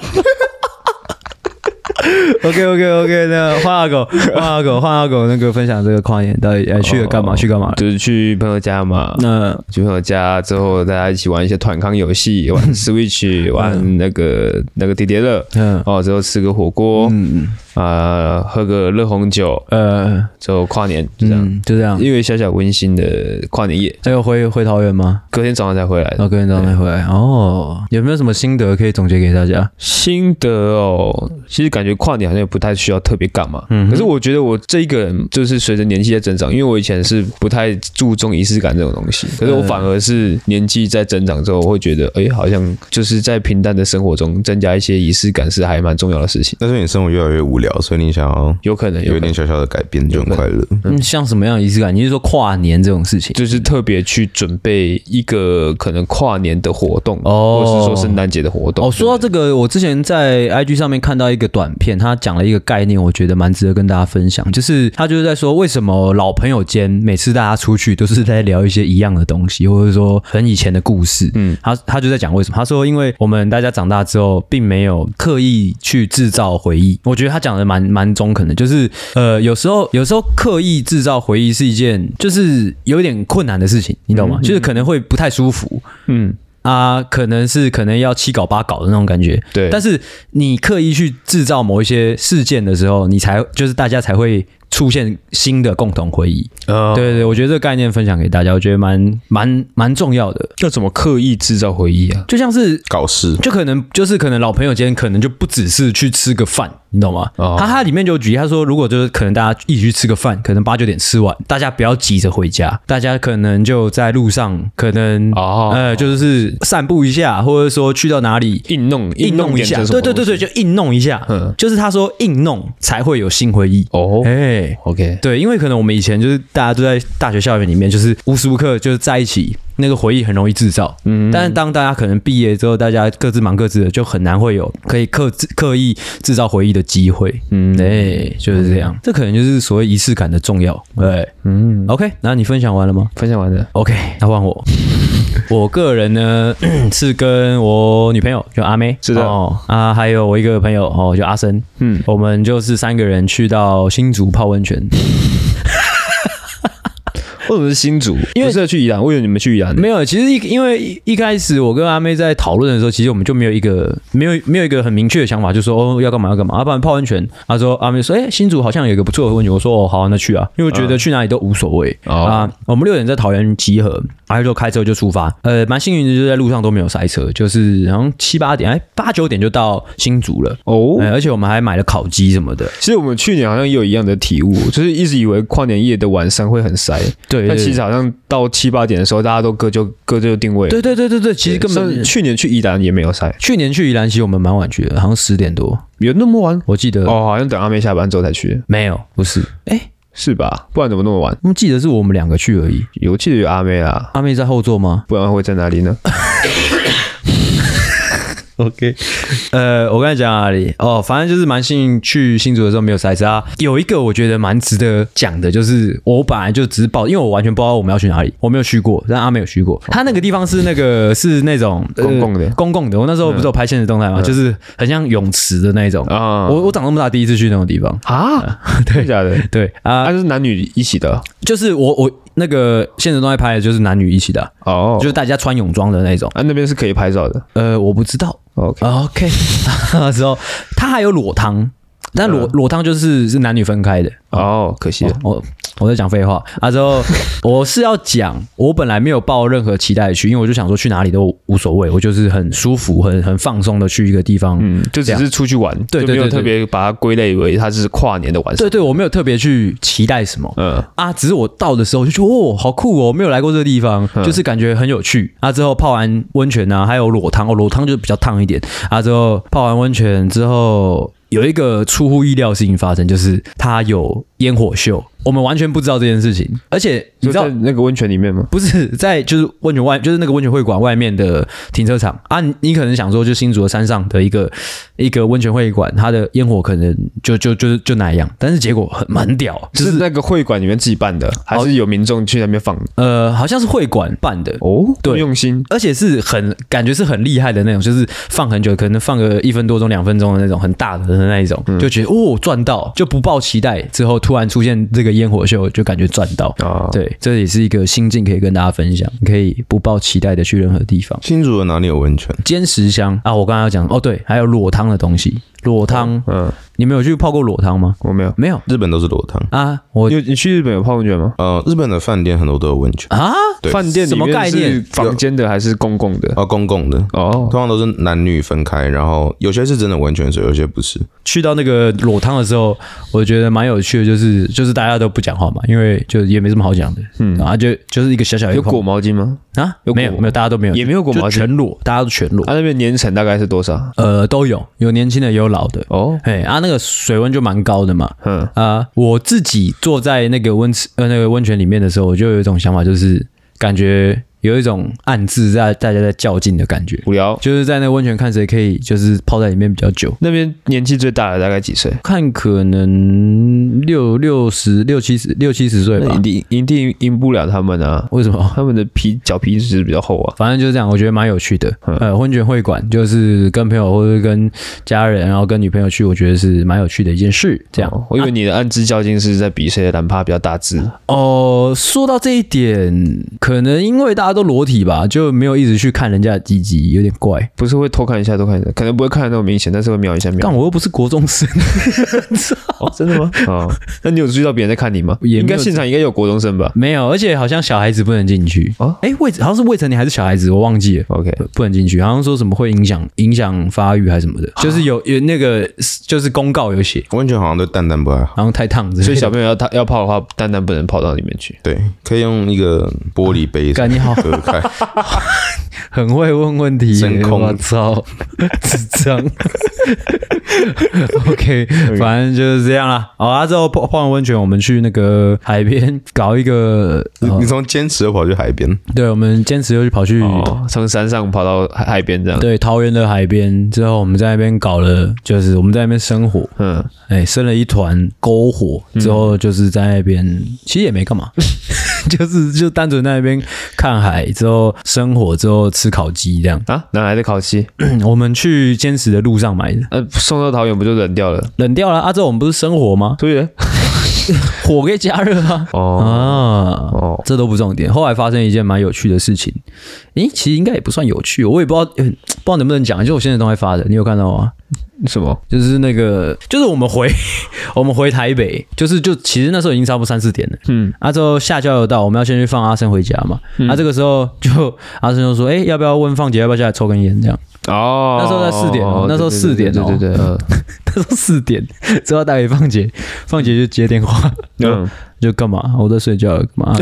[SPEAKER 1] ！OK OK OK，那换阿狗，换阿狗，换阿狗，那个分享这个跨年到底哎去了干嘛？去干嘛了？
[SPEAKER 2] 就是去朋友家嘛。
[SPEAKER 1] 那
[SPEAKER 2] 去朋友家之后，大家一起玩一些团康游戏，玩 Switch，玩那个那个叠叠乐，
[SPEAKER 1] 嗯
[SPEAKER 2] 哦，之后吃个火锅，嗯啊，喝个热红酒，
[SPEAKER 1] 呃，
[SPEAKER 2] 之后跨年就这样，
[SPEAKER 1] 嗯，就这样。
[SPEAKER 2] 因为小小温馨的跨年夜，
[SPEAKER 1] 还有回回桃园吗？
[SPEAKER 2] 隔天早上才回来的。
[SPEAKER 1] 哦，各位早上回来哦。有没有什么心得可以总结给大家？
[SPEAKER 2] 心得哦，其实感觉跨年好像也不太需要特别干嘛。
[SPEAKER 1] 嗯哼
[SPEAKER 2] 可是我觉得我这一个人就是随着年纪在增长，因为我以前是不太注重仪式感这种东
[SPEAKER 1] 嗯
[SPEAKER 2] 西，可是我反而是年纪在增长之后，我会觉得，哎、好像就是在平淡的生活中增加一些仪式感是还蛮重要的事情。
[SPEAKER 3] 但是你生活越来越无聊，所以你想要
[SPEAKER 2] 有可能
[SPEAKER 3] 有
[SPEAKER 2] 有
[SPEAKER 3] 一
[SPEAKER 2] 可能
[SPEAKER 3] 点小小的改变就很快乐。
[SPEAKER 1] 嗯，像什么样的仪式感？你是说跨年这种事情？
[SPEAKER 2] 就是特别去准备一个可能跨年的活动，
[SPEAKER 1] 哦
[SPEAKER 2] 或是说圣诞节的活动。
[SPEAKER 1] 哦，说到这个，我之前在 IG 上面看到一个短片，他讲了一个概念，我觉得蛮值得跟大家分享。就是他就是在说，为什么老朋友间每次大家出去都是在聊一些一样的东西，或者说很以前的故事。嗯，他他就在讲为什么。他说，因为我们大家长大之后，并没有刻意去制造回忆。我觉得他讲的蛮蛮中肯的，就是呃，有时候有时候刻意制造回忆是一件就是有点困难的事情，你懂吗？就是可能会不太舒服。
[SPEAKER 2] 嗯，
[SPEAKER 1] 啊，可能是可能要七搞八搞的那种感觉。
[SPEAKER 2] 对
[SPEAKER 1] 但是你刻意去制造某一些事件的时候，你才就是大家才会出现新的共同回忆。
[SPEAKER 2] 呃，
[SPEAKER 1] 对对对，我觉得这个概念分享给大家，我觉得蛮蛮蛮重要的。
[SPEAKER 2] 要怎么刻意制造回忆啊？
[SPEAKER 1] 就像是
[SPEAKER 3] 搞事，
[SPEAKER 1] 就可能就是可能老朋友间可能就不只是去吃个饭，你懂吗？
[SPEAKER 2] 哦
[SPEAKER 1] 他他里面就有举例，他说如果就是可能大家一起去吃个饭，可能八九点吃完，大家不要急着回家，大家可能就在路上可能
[SPEAKER 2] 哦
[SPEAKER 1] 呃就是散步一下，或者说去到哪里
[SPEAKER 2] 硬弄
[SPEAKER 1] 应弄一
[SPEAKER 2] 点
[SPEAKER 1] 下，
[SPEAKER 2] 成什
[SPEAKER 1] 对
[SPEAKER 2] 么
[SPEAKER 1] 对对对，
[SPEAKER 2] 东西，
[SPEAKER 1] 就应弄一下
[SPEAKER 2] 嗯，
[SPEAKER 1] 就是他说应弄才会有新回忆。
[SPEAKER 2] 哦
[SPEAKER 1] 哎，
[SPEAKER 2] ，OK，
[SPEAKER 1] 对，因为可能我们以前就是大家都在大学校园里面，就是无时无刻就是在一起，那个回忆很容易制造。嗯，但是当大家可能毕业之后，大家各自忙各自的，就很难会有可以刻制刻意制造回忆的机会。嗯，哎，就是这样，这可能就是所谓仪式感的重要。对，嗯，OK，那你分享完了吗？
[SPEAKER 2] 分享完了，
[SPEAKER 1] OK，那换 我。我个人呢是跟我女朋友就阿妹，
[SPEAKER 2] 是的
[SPEAKER 1] 哦啊，还有我一个朋友哦，就阿生，嗯
[SPEAKER 2] 嗯，
[SPEAKER 1] 我们就是三个人去到新竹泡温泉，
[SPEAKER 2] 为什么是新竹？因为是去宜兰，我以为你们去宜兰。
[SPEAKER 1] 没有，其实一因为一一开始我跟阿妹在讨论的时候，其实我们就没有一个没有没有一个很明确的想法，就说哦要干嘛要干嘛，啊不然泡温泉。她说阿妹说，哎、新竹好像有一个不错的温泉，我说哦好啊、那去啊，因为我觉得去哪里都无所谓、
[SPEAKER 2] 哦
[SPEAKER 1] 啊。我们六点在桃园集合，啊然后就开车就出发，呃，蛮幸运的，就是在路上都没有塞车，就是好像七八点哎八九点就到新竹了。
[SPEAKER 2] 哦
[SPEAKER 1] 哎而且我们还买了烤鸡什么的，
[SPEAKER 2] 其实我们去年好像也有一样的体悟，就是一直以为跨年夜的晚上会很塞，
[SPEAKER 1] 对
[SPEAKER 2] 但其实好像到七八点的时候，大家都各就各就定位。
[SPEAKER 1] 对对对对对，其实根
[SPEAKER 2] 像
[SPEAKER 1] 本
[SPEAKER 2] 去年去宜兰也没有塞，
[SPEAKER 1] 去年去宜兰，其实我们蛮晚去的，好像十点多，
[SPEAKER 2] 有那么晚？
[SPEAKER 1] 我记得、
[SPEAKER 2] 哦，好像等阿妹下班之后才去，
[SPEAKER 1] 没有，不是，哎、
[SPEAKER 2] 是吧？不然怎么那么晚？
[SPEAKER 1] 我们记得是我们两个去而已。
[SPEAKER 2] 有记得有阿妹啊，
[SPEAKER 1] 阿妹在后座吗？
[SPEAKER 2] 不然会在哪里呢？
[SPEAKER 1] 呃，我刚才讲哪里？哦，反正就是蛮幸运，去新竹的时候没有塞车啊。有一个我觉得蛮值得讲的，就是我本来就只是报，因为我完全不知道我们要去哪里，我没有去过，但阿妹有去过。她那个地方是那个是那种、呃
[SPEAKER 2] 公共的
[SPEAKER 1] 哦公共的。我嗯那时候不是有拍现实动态吗？就是很像泳池的那种。
[SPEAKER 2] 啊
[SPEAKER 1] 我我长那么大第一次去那种地方。
[SPEAKER 2] 啊， 对假的，
[SPEAKER 1] 对啊、
[SPEAKER 2] 啊，就是男女一起的
[SPEAKER 1] 就是我我那个现实动态拍的就是男女一起的啊，
[SPEAKER 2] 哦，
[SPEAKER 1] 就是大家穿泳装的那种。
[SPEAKER 2] 啊那边是可以拍照的。
[SPEAKER 1] 呃，我不知道，
[SPEAKER 2] OK，
[SPEAKER 1] OK，之 后他还有裸汤，但裸、裸汤就是是男女分开的。
[SPEAKER 2] 嗯哦，可惜了，
[SPEAKER 1] 我我在讲废话啊！之 后我是要讲，我本来没有抱任何期待去，因为我就想说去哪里都无所谓，我就是很舒服、很很放松的去一个地方。
[SPEAKER 2] 嗯，就只是出去玩，
[SPEAKER 1] 对
[SPEAKER 2] 就
[SPEAKER 1] 对
[SPEAKER 2] 没有
[SPEAKER 1] 对对
[SPEAKER 2] 特别把它归类为它是跨年的晚上。
[SPEAKER 1] 对对，我没有特别去期待什么。
[SPEAKER 2] 嗯，
[SPEAKER 1] 啊，只是我到的时候就觉得哦，好酷哦，没有来过这个地方，
[SPEAKER 2] 嗯
[SPEAKER 1] 就是感觉很有趣。啊，之后泡完温泉啊，还有裸汤哦，裸汤就比较烫一点。啊，之后泡完温泉之后，有一个出乎意料的事情发生，就是它有烟火秀，我们完全不知道这件事情，而且你
[SPEAKER 2] 就
[SPEAKER 1] 知道
[SPEAKER 2] 在。那个温泉里面吗？
[SPEAKER 1] 不是在就是温泉外，就是那个温泉会馆外面的停车场啊。你你可能想说，就新竹的山上的一个一个温泉会馆，它的烟火可能就就就就那样，但是结果很蛮屌，就是
[SPEAKER 2] 是哦那个会馆里面自己办的，还是有民众去那边放的？
[SPEAKER 1] 呃，好像是会馆办的，
[SPEAKER 2] 哦，
[SPEAKER 1] 对
[SPEAKER 2] 用心
[SPEAKER 1] 而且是很感觉是很厉害的那种，就是放很久，可能放个一分多钟、两分钟的那种，很大的那一种，
[SPEAKER 2] 嗯
[SPEAKER 1] 就觉得哦赚到，就不抱期待，之后突然出现这个烟火秀，就感觉赚到。
[SPEAKER 2] 啊，
[SPEAKER 1] 对，这也是一个心境，可以跟大家分享，你可以不抱期待的去任何地方。
[SPEAKER 3] 新竹的哪里有温泉？
[SPEAKER 1] 坚石香啊，我刚刚要讲哦，对，还有裸汤的东西，裸汤，
[SPEAKER 2] 嗯，
[SPEAKER 1] 你们有去泡过裸汤吗？
[SPEAKER 2] 我没有。
[SPEAKER 1] 没有
[SPEAKER 3] 日本都是裸汤。
[SPEAKER 1] 啊，我
[SPEAKER 2] 你有你去日本有泡温泉吗？
[SPEAKER 3] 呃，日本的饭店很多都有温泉，
[SPEAKER 1] 啊，
[SPEAKER 3] 对
[SPEAKER 2] 饭店里
[SPEAKER 1] 什么概
[SPEAKER 2] 面
[SPEAKER 1] 念
[SPEAKER 2] 是房间的还是公共的？
[SPEAKER 3] 啊，公共的，
[SPEAKER 2] 哦
[SPEAKER 3] 通，常都是男女分开，然后有些是真的温泉水，有些不是。
[SPEAKER 1] 去到那个裸汤的时候，我觉得蛮有趣的，就是就是大家都不讲话嘛，因为就也没什么好讲的，嗯，然后就就是一个小小一
[SPEAKER 2] 有
[SPEAKER 1] 个
[SPEAKER 2] 裹
[SPEAKER 1] 空
[SPEAKER 2] 毛巾吗？
[SPEAKER 1] 啊，
[SPEAKER 2] 有裹
[SPEAKER 1] 没有没有，大家都没有，
[SPEAKER 2] 也没有啊裹
[SPEAKER 1] 就
[SPEAKER 2] 毛巾
[SPEAKER 1] 全裸，大家都全裸，
[SPEAKER 2] 它那边年层大概是多少？
[SPEAKER 1] 呃，都有，有年轻的，也有老的，
[SPEAKER 2] 哦，
[SPEAKER 1] 哎啊，那个水温就蛮高的嘛，
[SPEAKER 2] 嗯，
[SPEAKER 1] 啊、我自己坐在那个温池呃那个温泉里面的时候，我就有一种想法，就是感觉有一种暗自在大家在较劲的感觉，
[SPEAKER 2] 无聊。
[SPEAKER 1] 就是在那个温泉看谁可以就是泡在里面比较久。
[SPEAKER 2] 那边年纪最大的大概几岁？
[SPEAKER 1] 看可能六六十六七十六七十岁
[SPEAKER 2] 那
[SPEAKER 1] 吧
[SPEAKER 2] 一？定一定赢不了他们啊，
[SPEAKER 1] 为什么？
[SPEAKER 2] 他们的皮脚皮质比较厚啊。
[SPEAKER 1] 反正就是这样，我觉得蛮有趣的。
[SPEAKER 2] 嗯
[SPEAKER 1] 呃，婚卷会馆就是跟朋友或者跟家人，然后跟女朋友去，我觉得是蛮有趣的一件事。这样
[SPEAKER 2] 哦我以为你的暗之较劲是在比谁的蓝帕比较大只。
[SPEAKER 1] 哦、说到这一点，可能因为大家都裸体吧，就没有一直去看人家的鸡鸡，有点怪。
[SPEAKER 2] 不是会偷看一下，偷看一下，可能不会看得那么明显，但是会瞄一下瞄。
[SPEAKER 1] 但我又不是国中生，
[SPEAKER 2] 哦，真的吗？哦，那你有注意到别人在看你吗？
[SPEAKER 1] 也没有
[SPEAKER 2] 应该现场应该有国中生吧
[SPEAKER 1] 没有，而且好像小孩子不能进去。
[SPEAKER 2] 啊
[SPEAKER 1] 哎、未好像是未成年还是小孩子，我忘记了。
[SPEAKER 2] ？OK，
[SPEAKER 1] 不能进去，好像说什么会影响影响发育还是什么
[SPEAKER 2] 啊
[SPEAKER 1] 的，就是有有那个就是公告有写，
[SPEAKER 3] 温泉好像对蛋蛋不太好。
[SPEAKER 1] 好像太烫之类的，
[SPEAKER 2] 所以小朋友要他要泡的话，蛋蛋不能泡到里面去。
[SPEAKER 3] 对，可以用一个玻璃杯子。
[SPEAKER 1] 干你好
[SPEAKER 3] 喝 开，
[SPEAKER 1] 很会问问题耶，
[SPEAKER 3] 真空
[SPEAKER 1] 我操，智 障。OK，反正就是这样啦。好啊，之后泡泡完温泉，我们去那个海边搞一个，
[SPEAKER 3] 你
[SPEAKER 1] 呃
[SPEAKER 3] 你从坚持又跑去海边，
[SPEAKER 1] 对，我们坚持又去跑去。
[SPEAKER 2] 哦，从山上跑到海海边这样，
[SPEAKER 1] 嗯对桃园的海边之后，我们在那边搞了，就是我们在那边生火，
[SPEAKER 2] 嗯，
[SPEAKER 1] 哎、生了一团篝火之后，就是在那边、其实也没干嘛，就是就单纯在那边看海，之后生火之后吃烤鸡这样。
[SPEAKER 2] 啊，哪来的烤鸡？
[SPEAKER 1] 我们去坚持的路上买的，
[SPEAKER 2] 呃，送到桃园不就冷掉了？
[SPEAKER 1] 冷掉了啊！这我们不是生火吗？
[SPEAKER 2] 对的，
[SPEAKER 1] 火可以加热啊。
[SPEAKER 2] 哦
[SPEAKER 1] 啊，
[SPEAKER 2] 哦，
[SPEAKER 1] 这都不重点。后来发生一件蛮有趣的事情，诶，其实应该也不算有趣，我也不知道，呃不知道能不能讲，就我现在都在发的，你有看到吗？
[SPEAKER 2] 什么？
[SPEAKER 1] 就是那个，就是我们回 我们回台北，就是就其实那时候已经差不多三四点了。
[SPEAKER 2] 嗯，
[SPEAKER 1] 啊之后下交流道，我们要先去放阿生回家嘛。啊这个时候就 阿生就说，诶，要不要问放姐要不要下来抽根烟这样？
[SPEAKER 2] 哦，
[SPEAKER 1] 那时候在四点哦
[SPEAKER 2] 对
[SPEAKER 1] 那时候
[SPEAKER 2] 对
[SPEAKER 1] 四点哦
[SPEAKER 2] 对对对，对嗯
[SPEAKER 1] 他说四点，之后打给放姐，放姐就接电话，
[SPEAKER 2] 嗯嗯
[SPEAKER 1] 就干嘛？我在睡觉，干 嘛？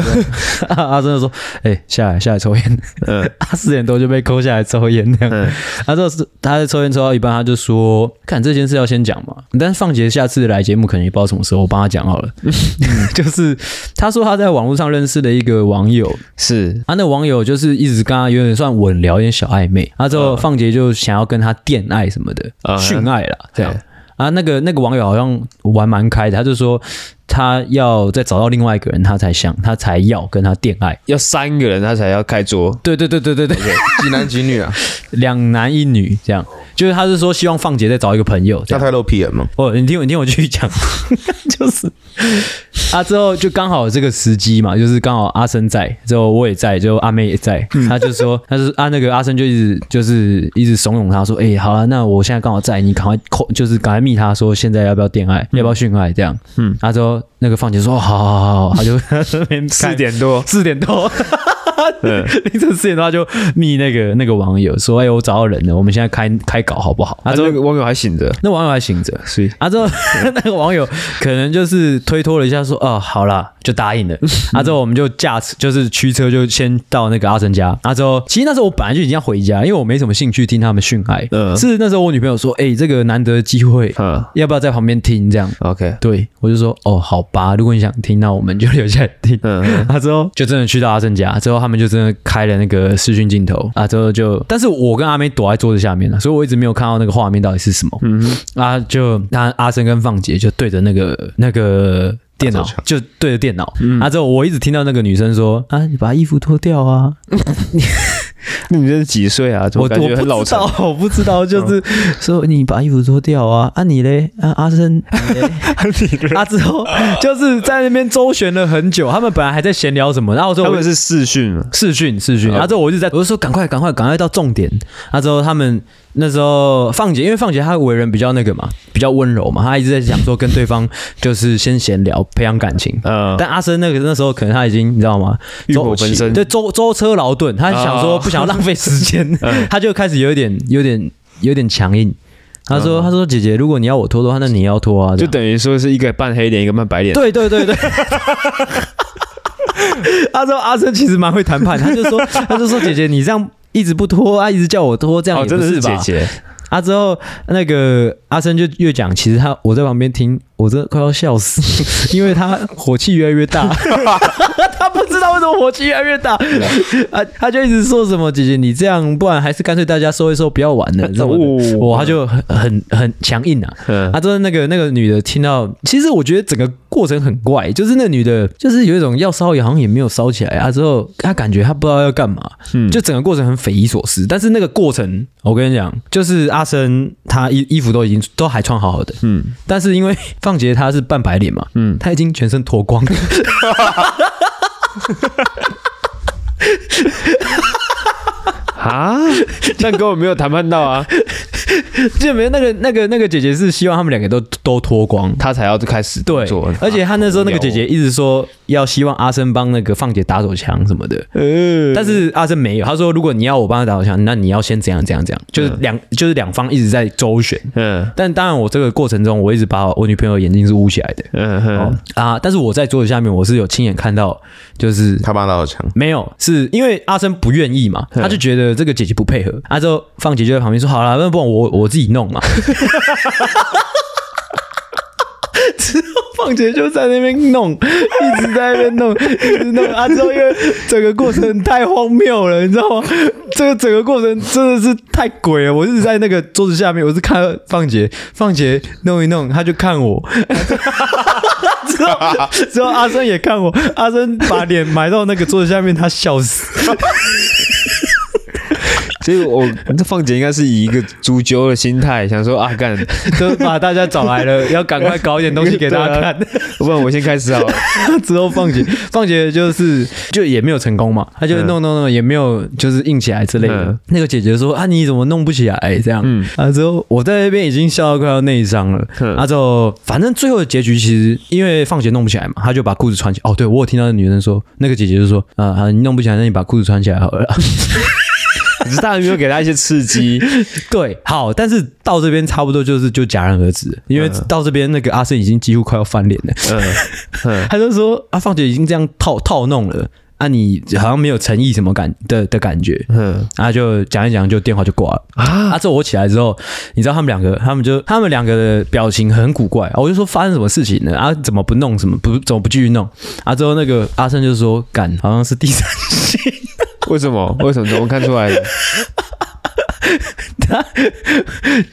[SPEAKER 1] 阿阿珍就说：“哎、下来，下来抽烟。
[SPEAKER 2] 嗯”
[SPEAKER 1] 他四点多就被抠下来抽烟，那样。
[SPEAKER 2] 嗯
[SPEAKER 1] 他说是他在抽烟抽到一半，他就说：“看这件事要先讲嘛。”但是放杰下次来节目可能也不知道什么时候，我帮他讲好 了。 就是他说他在网络上认识的一个网友，
[SPEAKER 2] 是，
[SPEAKER 1] 啊，那网友就是一直跟他有点算稳聊，有点小暧昧。啊，之后放杰就想要跟他电爱什么的
[SPEAKER 2] 嗯，
[SPEAKER 1] 训爱啦，这样
[SPEAKER 2] 对。
[SPEAKER 1] 啊，那个那个网友好像玩蛮开的，他就说他要再找到另外一个人，他才想，他才要跟他电爱。
[SPEAKER 2] 要三个人他才要开桌，
[SPEAKER 1] 对对对对对对，
[SPEAKER 3] 几男几女啊？
[SPEAKER 1] 两男一女这样，就是他是说希望放杰再找一个朋友这
[SPEAKER 3] 那
[SPEAKER 1] 样。
[SPEAKER 3] 太露屁眼吗？
[SPEAKER 1] 哦，你听我，你听我继续讲，就是啊，之后就刚好这个时机嘛，就是刚好阿生在，之后我也在，之后阿妹也在，他就说，他就是啊，那个阿生就一直就是一直怂恿他说，哎、好了，那我现在刚好在，你赶快扣，就是赶快密他说现在要不要恋爱，要不要训爱这样，嗯，啊之后那个放姐说，哦好好好好，他就在那边
[SPEAKER 2] 四
[SPEAKER 1] 看
[SPEAKER 2] 点多，
[SPEAKER 1] 四点多。
[SPEAKER 2] 嗯
[SPEAKER 1] 凌晨四点多他就密那个那个网友说：“哎、我找到人了，我们现在开开搞好不好？”啊，
[SPEAKER 2] 啊，
[SPEAKER 1] 之后
[SPEAKER 2] 那个网友还醒着，
[SPEAKER 1] 那网友还醒着，
[SPEAKER 2] 所以
[SPEAKER 1] 啊，之后 那个网友可能就是推脱了一下，说：“哦，好啦，就答应了。”啊，之后我们就驾车，就是驱车，就先到那个阿成家。啊，之后其实那时候我本来就已经要回家，因为我没什么兴趣听他们训爱。
[SPEAKER 2] 嗯
[SPEAKER 1] 是那时候我女朋友说：“哎、这个难得的机会，
[SPEAKER 2] 嗯
[SPEAKER 1] 要不要在旁边听？”这样，
[SPEAKER 2] 啊，OK，
[SPEAKER 1] 对我就说：“哦，好吧，如果你想听，那我们就留下来听。”
[SPEAKER 2] 嗯，
[SPEAKER 1] 啊，之后就真的去到阿正家，之后他们就真的开了那个视讯镜头啊，之后就，但是我跟阿妹躲在桌子下面了，啊所以我一直没有看到那个画面到底是什么。嗯，啊，就那阿生跟放姐就对着那个那个。电脑
[SPEAKER 3] 打手枪
[SPEAKER 1] 就对着电脑，
[SPEAKER 2] 嗯
[SPEAKER 1] 啊之后我一直听到那个女生说啊，你把衣服脱掉啊，
[SPEAKER 2] 那你这是几岁啊？怎
[SPEAKER 1] 我
[SPEAKER 2] 么
[SPEAKER 1] 我
[SPEAKER 2] 感觉很老
[SPEAKER 1] 不知
[SPEAKER 2] 成？嗯
[SPEAKER 1] 道， 我不知道，就是说你把衣服脱掉啊，啊你嘞，啊阿 生，你嘞啊之后就是在那边周旋了很久，他们本来还在闲聊什么，然后我说
[SPEAKER 2] 他
[SPEAKER 1] 我
[SPEAKER 2] 们是视讯嘛，
[SPEAKER 1] 视讯视讯，
[SPEAKER 2] 嗯
[SPEAKER 1] 然后之后我一直在，我就说赶快赶快赶快到重点。然后之后他们那时候放姐，因为放姐她为人比较那个嘛，比较温柔嘛，她一直在讲说跟对方就是先闲聊，培养感情。
[SPEAKER 2] 嗯，
[SPEAKER 1] 但阿生那个那时候可能他已经你知道吗？
[SPEAKER 2] 欲火焚身
[SPEAKER 1] 对舟舟车劳顿，他想说
[SPEAKER 2] 哦
[SPEAKER 1] 不想要浪费时 间，
[SPEAKER 2] 嗯
[SPEAKER 1] 他就开始有一点有点有点强硬。他说：“
[SPEAKER 2] 嗯
[SPEAKER 1] 他说姐姐，如果你要我脱的话，那你也要脱啊。”这
[SPEAKER 2] 就
[SPEAKER 1] 样
[SPEAKER 2] 等于说是一个扮黑脸，一个扮白脸，
[SPEAKER 1] 对对对对。 他说阿生其实蛮会谈判，他就说他就说姐姐你这样一直不脱啊，一直叫我脱，这样
[SPEAKER 2] 哦，
[SPEAKER 1] 也
[SPEAKER 2] 真
[SPEAKER 1] 不
[SPEAKER 2] 的是
[SPEAKER 1] 吧？
[SPEAKER 2] 姐姐，
[SPEAKER 1] 啊之后那个阿生就越讲，其实他我在旁边听，我真的快要笑死， 因为他火气越来越 大，他不知道为什么火气越来越大，啊他就一直说什么姐姐你这样，不然还是干脆大家收一收，不要玩 了什么的，
[SPEAKER 2] 哦
[SPEAKER 1] 哇他就很很很强硬啊，
[SPEAKER 2] 嗯
[SPEAKER 1] 啊，就是那个那个女的听到，其实我觉得整个过程很怪，就是那女的，就是有一种要烧也好像也没有烧起来啊，之后她感觉她不知道要干嘛，
[SPEAKER 2] 嗯
[SPEAKER 1] 就整个过程很匪夷所思。但是那个过程，我跟你讲，就是阿生他衣衣服都已经都还穿好好的，
[SPEAKER 2] 嗯
[SPEAKER 1] 但是因为放杰他是半白脸嘛，
[SPEAKER 2] 嗯，
[SPEAKER 1] 他已经全身脱光了。
[SPEAKER 2] 啊，但根本没有谈判到 啊，
[SPEAKER 1] 就没有那个那个那个姐姐是希望他们两个都都脱光，
[SPEAKER 2] 他才要开始
[SPEAKER 1] 对
[SPEAKER 2] 做，，哦
[SPEAKER 1] 而且他那时候那个姐姐一直说要希望阿生帮那个放姐打手枪什么的，
[SPEAKER 2] 嗯
[SPEAKER 1] 但是阿生没有，他说如果你要我帮他打手枪，那你要先怎样怎样怎样，就是两、就是两方一直在周旋。
[SPEAKER 2] 嗯
[SPEAKER 1] 但当然，我这个过程中，我一直把我女朋友的眼睛是捂起来的、
[SPEAKER 2] 嗯哼，
[SPEAKER 1] 哦啊！但是我在桌子下面，我是有亲眼看到，就是
[SPEAKER 3] 他爸打手枪，
[SPEAKER 1] 没有，是因为阿生不愿意嘛，他就觉得这个姐姐不配合，啊之后放姐就在旁边说：“好了，那不然我我自己弄嘛。”之后放姐就在那边弄，一直在那边弄，一直弄。啊之后因为整个过程太荒谬了，你知道吗？这个整个过程真的是太鬼了。我是在那个桌子下面，我是看到放姐，放姐弄一弄，他就看我，之后之后阿生也看我，阿生把脸埋到那个桌子下面，他笑死。
[SPEAKER 2] 所以我这放姐应该是以一个足球的心态，想说啊干，
[SPEAKER 1] 就把大家找来了，要赶快搞一点东西给大家
[SPEAKER 2] 啊
[SPEAKER 1] 看。
[SPEAKER 2] 不然我先开始好了。
[SPEAKER 1] 之后放姐，放姐就是就也没有成功嘛，她就弄弄弄也没有就是硬起来之类的。
[SPEAKER 2] 嗯
[SPEAKER 1] 那个姐姐说啊，你怎么弄不起来？这样、
[SPEAKER 2] 嗯
[SPEAKER 1] 啊，之后我在那边已经笑到快要内伤了。
[SPEAKER 2] 嗯
[SPEAKER 1] 啊，之后反正最后的结局其实因为放姐弄不起来嘛，她就把裤子穿起来。哦，对我有听到那女生说，那个姐姐就说啊啊，你弄不起来，那你把裤子穿起来好 了。
[SPEAKER 2] 只是大家有没有给他一些刺激？
[SPEAKER 1] 对，好，但是到这边差不多就是就戛然而止，因为到这边那个阿胜已经几乎快要翻脸了，
[SPEAKER 2] 嗯嗯
[SPEAKER 1] 他就说啊，放姐已经这样套套弄了，啊，你好像没有诚意什么感的的感觉，
[SPEAKER 2] 嗯
[SPEAKER 1] 啊，就讲一讲就电话就挂了。
[SPEAKER 2] 啊，
[SPEAKER 1] 啊！之后我起来之后，你知道他们两个，他们就他们两个的表情很古怪。我就说发生什么事情了？啊，怎么不弄？什么不怎么不继续弄？啊！之后那个阿胜就说：“干，好像是第三 性。”
[SPEAKER 2] 为什么？为什么？怎么看出来的？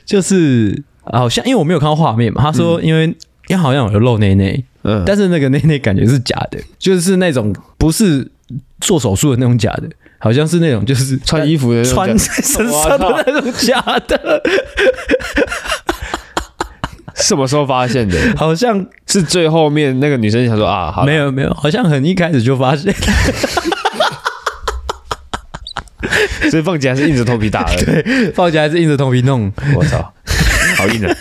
[SPEAKER 1] 就是好像因为我没有看到画面嘛，他说因为、因为好像有露内内，
[SPEAKER 2] 嗯，
[SPEAKER 1] 但是那个内内感觉是假的，就是那种不是做手术的那种假的，好像是那种就是
[SPEAKER 2] 穿衣服的那种
[SPEAKER 1] 穿
[SPEAKER 2] 假
[SPEAKER 1] 在身上的那种假的，
[SPEAKER 2] 什么时候发现的？
[SPEAKER 1] 好像
[SPEAKER 2] 是最后面那个女生想说啊，好了
[SPEAKER 1] 没有没有，好像很一开始就发现，
[SPEAKER 2] 所以放姐还是硬着头皮打 的。
[SPEAKER 1] 放起来是硬着头皮弄，
[SPEAKER 2] 我操，好硬 啊！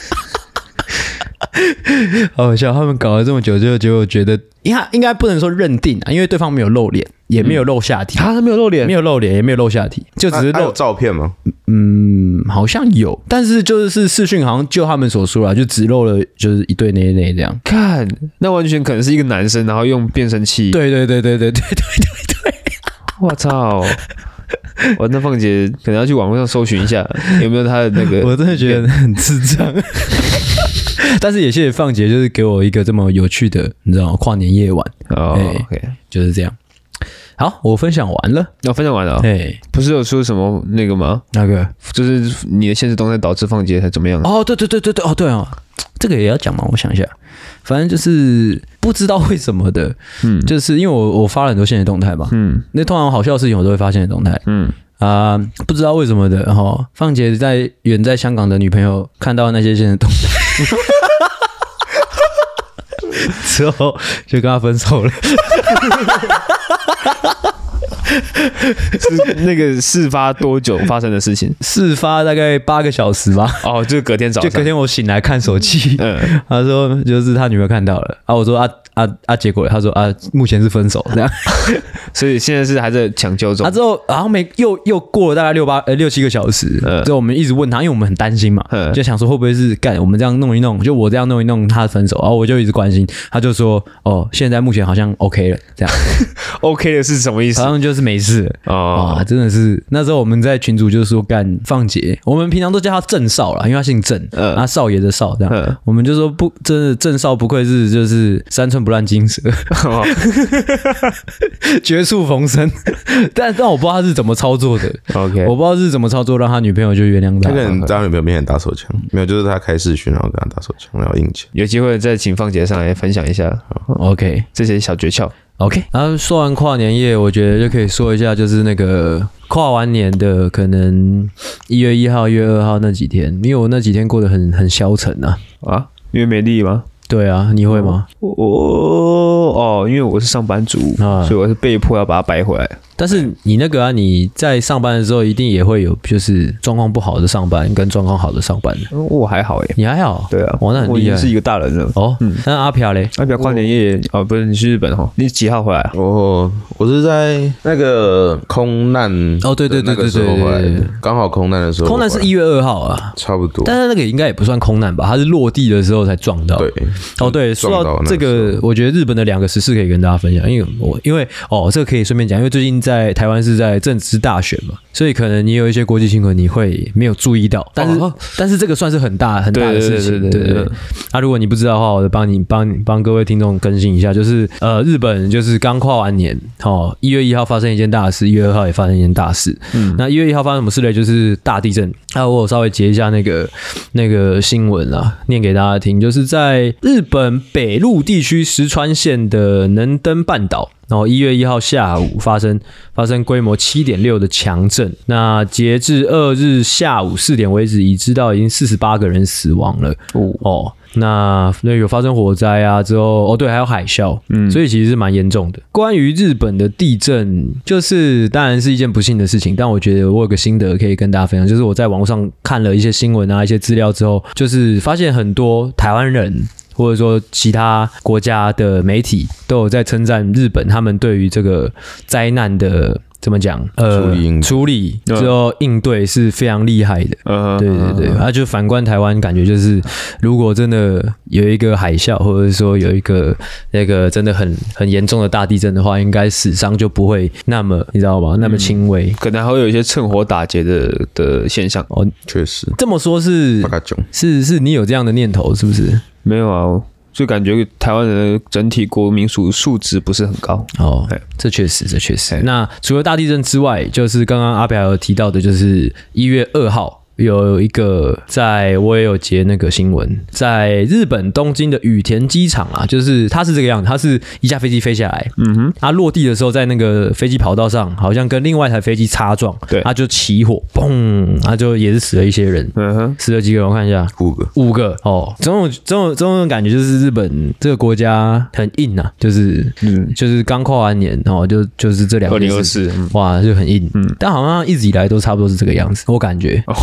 [SPEAKER 1] 好好笑。他们搞了这么久，就结果觉得，应该应该不能说认定啊，因为对方没有露脸，也没有露下体，
[SPEAKER 2] 他啊没有露脸
[SPEAKER 1] 没，有露脸，也没有露下体，就只是
[SPEAKER 3] 他他
[SPEAKER 1] 露
[SPEAKER 3] 有照片吗？
[SPEAKER 1] 嗯，好像有，但是就是视讯，好像就他们所说啊啦，就只露了就是一对内内这样。
[SPEAKER 2] 看，那完全可能是一个男生，然后用变声器。，
[SPEAKER 1] 对对对对对对对，
[SPEAKER 2] 我操！我那凤姐可能要去网络上搜寻一 下，有没有她的那个。
[SPEAKER 1] 我真的觉得很智障。 但是也谢谢放杰，就是给我一个这么有趣的，你知道吗？跨年夜晚
[SPEAKER 2] 哦
[SPEAKER 1] 哎
[SPEAKER 2] ，OK，
[SPEAKER 1] 就是这样。好，我分享完了。
[SPEAKER 2] 那、我分享完了哦、
[SPEAKER 1] 哎，
[SPEAKER 2] 不是有出什么那个吗？
[SPEAKER 1] 那个？
[SPEAKER 2] 就是你的现实动态导致放姐才怎么样？
[SPEAKER 1] 哦，对对对对对，哦对哦，这个也要讲吗？我想一下，反正就是不知道为什么的，
[SPEAKER 2] 嗯
[SPEAKER 1] 就是因为我我发了很多现实动态嘛，
[SPEAKER 2] 嗯
[SPEAKER 1] 那通常好笑的事情我都会发现的动态，
[SPEAKER 2] 嗯，
[SPEAKER 1] 啊、不知道为什么的哈、哦，放姐在远在香港的女朋友看到那些现实动态， 之后就跟他分手了。
[SPEAKER 2] 是那个事发多久发生的事情？
[SPEAKER 1] 事发大概八个小时吧，
[SPEAKER 2] 哦，就是隔天早
[SPEAKER 1] 就
[SPEAKER 2] 上。
[SPEAKER 1] 隔天我醒来看手 机，
[SPEAKER 2] 嗯，
[SPEAKER 1] 他说就是他女朋友看到了啊，我说啊啊啊，结果嘞他说啊，目前是分手这 样。
[SPEAKER 2] 所以现在是还在抢救中
[SPEAKER 1] 啊，。之后，然后没又又过了大概六八呃六七个小时，
[SPEAKER 2] 嗯
[SPEAKER 1] 之后我们一直问他，因为我们很担心嘛，
[SPEAKER 2] 嗯
[SPEAKER 1] 就想说会不会是干我们这样弄一弄，就我这样弄一弄他分手，然后我就一直关心，他就说哦，现在目前好像 OK 了，这 样
[SPEAKER 2] OK 的是什么意思
[SPEAKER 1] 好？像就是没事了。
[SPEAKER 2] 哦
[SPEAKER 1] 哇，，真的是那时候我们在群组就说干放姐，我们平常都叫他郑少啦，因为他姓郑，
[SPEAKER 2] 嗯
[SPEAKER 1] 啊少爷的少这样，
[SPEAKER 2] 嗯
[SPEAKER 1] 我们就说不，真的郑少不愧是就是三寸不烂金蛇，
[SPEAKER 2] 哦
[SPEAKER 1] 绝处逢生，但但我不知道他是怎么操作的，
[SPEAKER 2] OK，
[SPEAKER 1] 我不知道是怎么操作，让他女朋友就原谅他
[SPEAKER 3] 他。可能在他女朋友面前打手枪，没有，就是他开视讯，然后跟他打手枪，然后硬起来。
[SPEAKER 2] 有机会再请放姐上来分享一下
[SPEAKER 1] OK
[SPEAKER 2] 这些小诀窍。
[SPEAKER 1] OK，然后说完跨年夜，我觉得就可以说一下，就是那个跨完年的可能一月一号、一月二号那几天，因为我那几天过得很很消沉啊。
[SPEAKER 2] 啊，因为没力吗？
[SPEAKER 1] 对啊，你会吗？
[SPEAKER 2] 我哦哦，到，因为我是上班族，
[SPEAKER 1] 啊
[SPEAKER 2] 所以我是被迫要把它掰回来。
[SPEAKER 1] 但是你那个啊，你在上班的时候一定也会有，就是状况不好的上班跟状况好的上班的。
[SPEAKER 2] 嗯我还好诶、
[SPEAKER 1] 你还好，
[SPEAKER 2] 对啊，
[SPEAKER 1] 哇，那很
[SPEAKER 2] 我已
[SPEAKER 1] 厉
[SPEAKER 2] 经
[SPEAKER 1] 害
[SPEAKER 2] 是一个大人了。
[SPEAKER 1] 哦。那阿飘嘞，
[SPEAKER 2] 代表跨年夜哦，不是你去日本哈？你几号回来啊？
[SPEAKER 3] 哦，我是在那个空难
[SPEAKER 1] 哦对对对
[SPEAKER 3] 的那个时候
[SPEAKER 1] 对对
[SPEAKER 3] 回来的
[SPEAKER 1] 对对对
[SPEAKER 3] 刚好空难的时候回来，
[SPEAKER 1] 空难是一月二号啊，
[SPEAKER 3] 差不多，
[SPEAKER 1] 但是那个应该也不算空难吧，它是落地的时候才撞到。
[SPEAKER 3] 对，
[SPEAKER 1] 哦，对，说
[SPEAKER 3] 撞
[SPEAKER 1] 到
[SPEAKER 3] 到那
[SPEAKER 1] 这
[SPEAKER 3] 个
[SPEAKER 1] 个，我觉得日本的两个时事可以跟大家分享，因为我因为哦，这个可以顺便讲，因为最近在台湾是在正值大选嘛，所以可能你有一些国际新闻你会没有注意到，但是、
[SPEAKER 2] 哦
[SPEAKER 1] 但是这个算是很大很大的事情，
[SPEAKER 2] 对对对对对对
[SPEAKER 1] 那、如果你不知道的话，我就帮你帮帮各位听众更新一下，就是呃，日本就是刚跨完年，哦，一月一号发生一件大事，一月二号也发生一件大事。嗯，那一月一号发生什么事嘞？就是大地震。啊，我有稍微截一下那个那个新闻啊，念给大家听，就是在日本北陆地区石川县的能登半岛。然后一月一号下午发生发生规模七点六的强震，那截至二日下午四点为止，已知道已经四十八个人死亡了。哦，那那有发生火灾啊，之后哦对，还有海啸，嗯，所以其实是蛮严重的。关于日本的地震，就是当然是一件不幸的事情，但我觉得我有个心得可以跟大家分享，就是我在网络上看了一些新闻啊、一些资料之后，就是发现很多台湾人。或者说，其他国家的媒体都有在称赞日本，他们对于这个灾难的怎么讲？呃，
[SPEAKER 3] 处理应对啊
[SPEAKER 1] 处理之后应对是非常厉害的。
[SPEAKER 2] 呃，
[SPEAKER 1] 对对对，啊，就反观台湾，感觉就是如果真的有一个海啸，或者说有一个那个真的很很严重的大地震的话，应该死伤就不会那么，你知道吗？那么轻微。
[SPEAKER 2] 可能还会有一些趁火打劫的的现象。
[SPEAKER 1] 哦，
[SPEAKER 3] 确实，
[SPEAKER 1] 这么说是
[SPEAKER 3] 大概囧。
[SPEAKER 1] 是是你有这样的念头是不是？
[SPEAKER 2] 没有啊，就感觉台湾人的整体国民素素质不是很高。
[SPEAKER 1] 哦
[SPEAKER 2] 对，
[SPEAKER 1] 这确实，这确实
[SPEAKER 2] 对。
[SPEAKER 1] 那除了大地震之外，就是刚刚阿表有提到的，就是一月二号有一个，在我也有截那个新闻，在日本东京的羽田机场啊，就是它是这个样子，它是一架飞机飞下来，嗯哼，它落地的时候在那个飞机跑道上，好像跟另外一台飞机擦撞，
[SPEAKER 2] 对
[SPEAKER 1] 它就起火，砰，它就也是死了一些人，
[SPEAKER 2] 嗯哼，
[SPEAKER 1] 死了几个人，我看一下，
[SPEAKER 3] 五个，
[SPEAKER 1] 五个哦，总有总有总有感觉就是日本这个国家很硬啊，就是
[SPEAKER 2] 嗯，
[SPEAKER 1] 就是刚跨完年哦，就就是这两个
[SPEAKER 2] 二零二四，嗯
[SPEAKER 1] 哇就很硬，嗯，但好像一直以来都差不多是这个样子，我感觉
[SPEAKER 2] 哦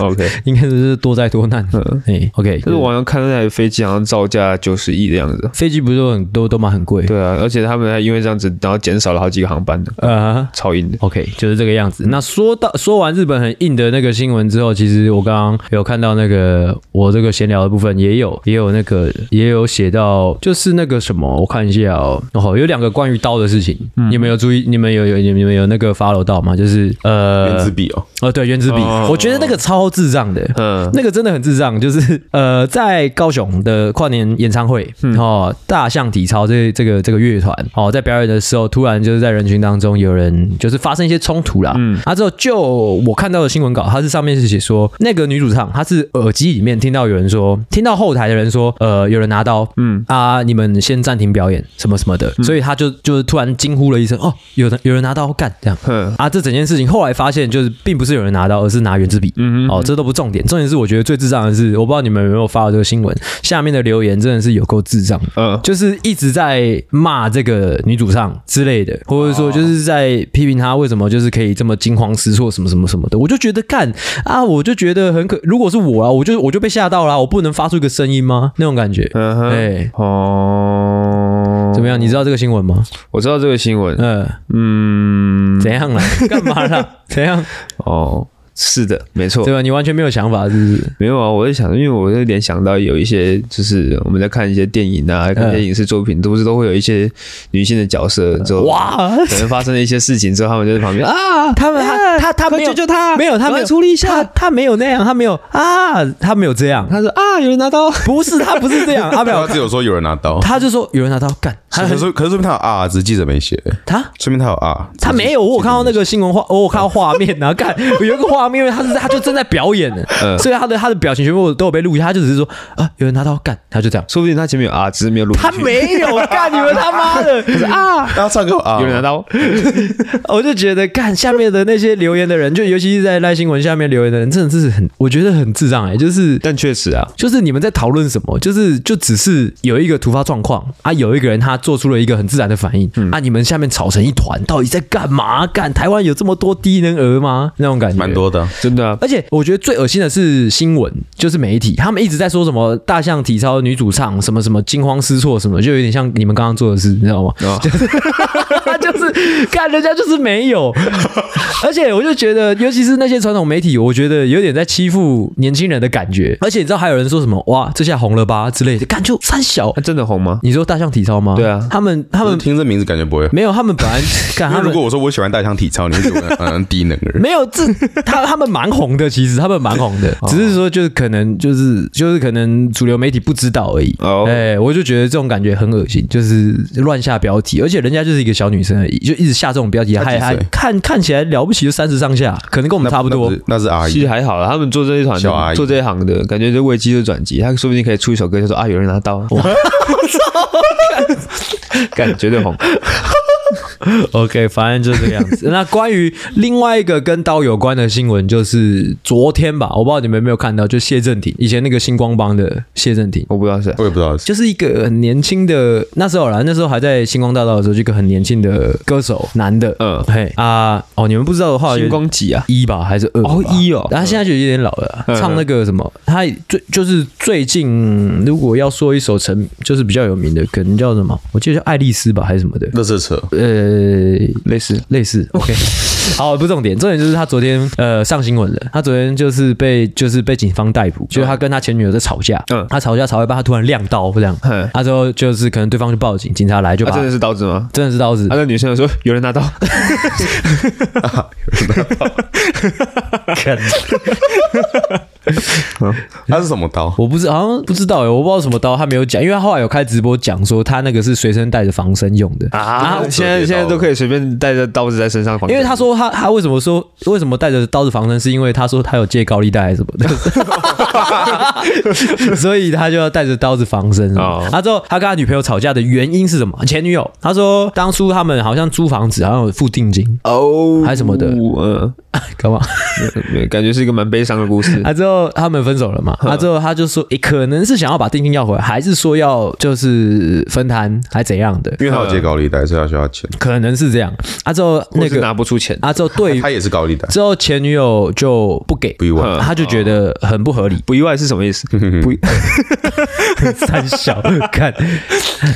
[SPEAKER 2] ，OK。
[SPEAKER 1] 应该就是多灾多难，
[SPEAKER 2] 嗯
[SPEAKER 1] 哎、o k
[SPEAKER 2] 但是我好像看到那台飞机好像造价九十亿的样子。
[SPEAKER 1] 飞机不是都很都都蛮很贵，
[SPEAKER 2] 对啊，而且他们还因为这样子，然后减少了好几个航班的，
[SPEAKER 1] 呃
[SPEAKER 2] 超硬的。
[SPEAKER 1] ，OK 就是这个样子。那说到说完日本很硬的那个新闻之后，其实我刚刚有看到那个我这个闲聊的部分也有也有那个也有写到，就是那个什么，我看一下哦，哦有两个关于刀的事情，你们有注意？你们有有你们有那个 follow 到吗？就是呃
[SPEAKER 3] 原子笔哦，
[SPEAKER 1] 哦，对，原子笔，
[SPEAKER 2] 哦
[SPEAKER 1] 我觉得那个超智障的。
[SPEAKER 2] 嗯，
[SPEAKER 1] 那个真的很智障，就是 呃，在高雄的跨年演唱会、哦，大象体操这这个这个乐团哦，在表演的时候，突然就是在人群当中有人就是发生一些冲突啦。嗯，啊之后就我看到的新闻稿，它是上面是写说那个女主唱她是耳机里面听到有人说，听到后台的人说，呃，有人拿刀，嗯啊，你们先暂停表演什么什么的，所以她就就是突然惊呼了一声，哦，有人有人拿刀干这样。
[SPEAKER 2] 哼，
[SPEAKER 1] 啊，这整件事情后来发现，就是并不是有人拿到，而是拿原子笔。
[SPEAKER 2] 嗯
[SPEAKER 1] 哦，这都不重点，重点是我觉得最智障的是，我不知道你们有没有发到这个新闻，下面的留言真的是有够智障的。
[SPEAKER 2] 嗯，
[SPEAKER 1] 就是一直在骂这个女主唱之类的，或者说就是在批评她为什么就是可以这么惊慌失措，什么什么什么的，我就觉得干啊，我就觉得很可。如果是我啊，我就我就被吓到了啊、我不能发出一个声音吗？那种感觉。
[SPEAKER 2] 嗯哼，
[SPEAKER 1] 哎，
[SPEAKER 2] 哦，
[SPEAKER 1] 怎么样？你知道这个新闻吗？
[SPEAKER 2] 我知道这个新闻，
[SPEAKER 1] 嗯，
[SPEAKER 2] 嗯，
[SPEAKER 1] 怎样啦？啊干嘛啦？怎样？
[SPEAKER 2] 哦，是的，没错
[SPEAKER 1] 对，吧？你完全没有想法，是不是？
[SPEAKER 2] 没有啊，我在想，因为我在联想到有一些，就是我们在看一些电影啊，看一些影视作品，都不是都会有一些女性的角色，之后
[SPEAKER 1] 哇，
[SPEAKER 2] 可能发生了一些事情之后，他们就在 旁边啊，
[SPEAKER 1] 啊，他们他他他
[SPEAKER 2] 快
[SPEAKER 1] 没有
[SPEAKER 2] 救救他，
[SPEAKER 1] 没有他
[SPEAKER 2] 赶快
[SPEAKER 1] 没有
[SPEAKER 2] 处理一
[SPEAKER 1] 他
[SPEAKER 2] 下。
[SPEAKER 1] 他没有那样，他没有啊，他没有这样，
[SPEAKER 2] 他说啊，有人拿刀，
[SPEAKER 1] 不是他不是这 样，阿
[SPEAKER 3] 他
[SPEAKER 1] 表
[SPEAKER 3] 只有说有人拿刀，
[SPEAKER 1] 他就说有人拿刀干，他很
[SPEAKER 3] 可是可是说明他有啊，只是记者没写，
[SPEAKER 1] 他嗯
[SPEAKER 3] 说明他有啊，
[SPEAKER 1] 哦 他没有，我有看到那个新闻画，我有看到画面啊，干有一个画画面，因为他是他就正在表演呢，所以他的他的表情全部都有被录下，他就只是说啊，有人拿刀干，他就这样，
[SPEAKER 2] 说不定他前面有啊，只是没有录进去。
[SPEAKER 1] 他没有干你们 他妈的啊！
[SPEAKER 3] 然后唱歌啊，
[SPEAKER 2] 有人拿刀，
[SPEAKER 1] 我就觉得干下面的那些留言的人，就尤其是在赖新闻下面留言的人，真的是很，我觉得很智障哎、就是
[SPEAKER 2] 但确实啊，
[SPEAKER 1] 就是你们在讨论什么？就是就只是有一个突发状况啊，有一个人他做出了一个很自然的反应、
[SPEAKER 3] 嗯
[SPEAKER 1] 啊，你们下面吵成一团，到底在干嘛？干台湾有这么多低能儿吗？那种感觉
[SPEAKER 3] 蛮。多的啊。
[SPEAKER 2] 真的啊，
[SPEAKER 1] 而且我觉得最恶心的是新闻，就是媒体，他们一直在说什么大象体操女主唱什么什么惊慌失措什么，就有点像你们刚刚做的事，你知道吗？
[SPEAKER 2] 哦
[SPEAKER 1] 就是看人家就是没有，而且我就觉得，尤其是那些传统媒体，我觉得有点在欺负年轻人的感觉。而且你知道还有人说什么哇，这下红了吧之类的，感就三小
[SPEAKER 2] 那。真的红吗？
[SPEAKER 1] 你说大象体操吗？
[SPEAKER 2] 对啊
[SPEAKER 1] 他们他们
[SPEAKER 3] 听这名字感觉不会。
[SPEAKER 1] 没有，他们本来 干嗯
[SPEAKER 3] 因
[SPEAKER 1] 他
[SPEAKER 3] 为如
[SPEAKER 1] 们
[SPEAKER 3] 果我说我喜欢大象体操，你会觉得嗯低能 儿。
[SPEAKER 1] 没有，这他他们蛮红的，其实他们蛮红的，只是说就是可能就是就是可能主流媒体不知道而已。
[SPEAKER 2] 哦
[SPEAKER 1] 哎，我就觉得这种感觉很恶心，就是乱下标题，而且人家就是一个小女生而已，就一直下这种标题，
[SPEAKER 3] 她
[SPEAKER 1] 还
[SPEAKER 3] 几岁
[SPEAKER 1] 还看看起来了不起，就三十上下，可能跟我们差不多啊
[SPEAKER 3] 那。是那是阿
[SPEAKER 2] 其
[SPEAKER 3] 姨
[SPEAKER 2] 实还好啦，他们做这一团
[SPEAKER 3] 小阿
[SPEAKER 2] 的，
[SPEAKER 3] 姨
[SPEAKER 2] 做这一行的，感觉这危机就转机，他说不定可以出一首歌，就说啊，有人拿刀，哇，感绝对红，
[SPEAKER 1] OK，反正就是这个样子。那关于另外一个跟刀有关的新闻，就是昨天吧，我不知道你们有没有看到，就谢振廷以前那个星光帮的谢振廷，
[SPEAKER 2] 我不知道是
[SPEAKER 3] 我也不知道是，
[SPEAKER 1] 就是一个很年轻的，那时候啦，那时候还在星光大道的时候，就一个很年轻的歌手，男的，
[SPEAKER 2] 嗯
[SPEAKER 1] 嘿啊，哦，你们不知道的话，
[SPEAKER 2] 星光几啊，
[SPEAKER 1] 一吧还是二吧？
[SPEAKER 2] 哦一哦
[SPEAKER 1] 然后他现在就有点老了啊，
[SPEAKER 2] 嗯
[SPEAKER 1] 唱那个什么，他最就是最近嗯如果要说一首成就是比较有名的，可能叫什么？我记得叫爱丽丝吧还是什么的，
[SPEAKER 3] 乐色车
[SPEAKER 1] 嗯呃，
[SPEAKER 2] 类似
[SPEAKER 1] 类似，OK，好，不 是重点，重点就是他昨天呃上新闻了，他昨天就是被就是被警方逮捕，就是他跟他前女友在吵架，
[SPEAKER 2] 嗯
[SPEAKER 1] 他吵架吵一半，他突然亮刀这样，
[SPEAKER 2] 嗯
[SPEAKER 1] 他之后就是可能对方就报警，警察来就
[SPEAKER 2] 啊，
[SPEAKER 1] 把
[SPEAKER 2] 真的是刀子吗？
[SPEAKER 1] 真的是刀子
[SPEAKER 2] 啊，，那女生有说有人拿刀，
[SPEAKER 3] 那是什么刀？
[SPEAKER 1] 我不知好像不知道哎、我不知道什么刀，他没有讲，因为他后来有开直播讲说他那个是随身带着防身用的。
[SPEAKER 2] 啊，现在现在都可以随便带着刀子在身上防身，
[SPEAKER 1] 因为他说他他为什么说为什么带着刀子防身，是因为他说他有借高利贷还是什么 的，所以他就要带着刀子防身。啊
[SPEAKER 2] 哦
[SPEAKER 1] 他之后他跟他女朋友吵架的原因是什么？前女友他说当初他们好像租房子，好像有付定金，
[SPEAKER 2] 哦，
[SPEAKER 1] 还什么的
[SPEAKER 2] 嗯，
[SPEAKER 1] 干嘛？
[SPEAKER 2] 对感觉是一个蛮悲伤的故事。
[SPEAKER 1] 啊，之后他们分手了嘛？啊，之后他就说，诶，可能是想要把定金要回来，还是说要就是分摊，还怎样的？
[SPEAKER 3] 因为他有借高利贷，所以他需要钱。
[SPEAKER 1] 可能是这样。啊，之后
[SPEAKER 2] 或
[SPEAKER 1] 那
[SPEAKER 2] 是
[SPEAKER 1] 个
[SPEAKER 2] 拿不出钱，
[SPEAKER 1] 啊，之后对
[SPEAKER 3] 他也是高利贷，
[SPEAKER 1] 之后前女友就不给啊
[SPEAKER 3] 不，意外。
[SPEAKER 2] 嗯
[SPEAKER 1] 他就觉得很不合理。
[SPEAKER 2] 不意外是什么 意思？不意，
[SPEAKER 1] 三小 看，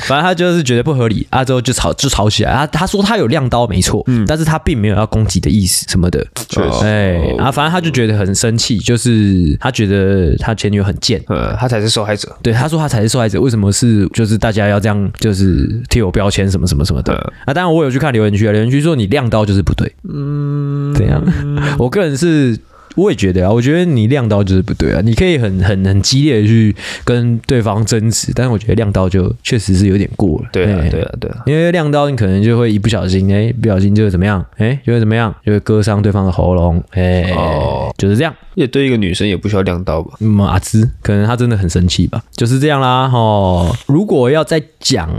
[SPEAKER 1] 反正他就是觉得不合理啊，之后就吵就吵起来。他啊他说他有亮刀没错，但是他并没有要攻击的意思什么的。
[SPEAKER 3] 确实
[SPEAKER 1] 哎，啊，反正他就觉得很生气，就是他觉得他前女友很贱。
[SPEAKER 2] 呃，他才是受害者。
[SPEAKER 1] 对，他说他才是受害者，为什么是就是大家要这样，就是贴我标签什么什么什么的
[SPEAKER 2] 嗯
[SPEAKER 1] 啊？当然我有去看留言区啊，留言区说你亮刀就是不对，嗯，怎样？ 我个人是。我也觉得啊，我觉得你亮刀就是不对啊。你可以很很很激烈的去跟对方争执，但是我觉得亮刀就确实是有点过了。
[SPEAKER 2] 对啊
[SPEAKER 1] 哎，
[SPEAKER 2] 对啊，对啊，
[SPEAKER 1] 因为亮刀你可能就会一不小心，哎、不小心就会怎么样，哎、就会怎么样，就会割伤对方的喉咙，哎、
[SPEAKER 2] 哦
[SPEAKER 1] 就是这样。
[SPEAKER 2] 也对一个女生也不需要亮刀吧？
[SPEAKER 1] 嗯，阿兹可能他真的很生气吧，就是这样啦吼。如果要再讲，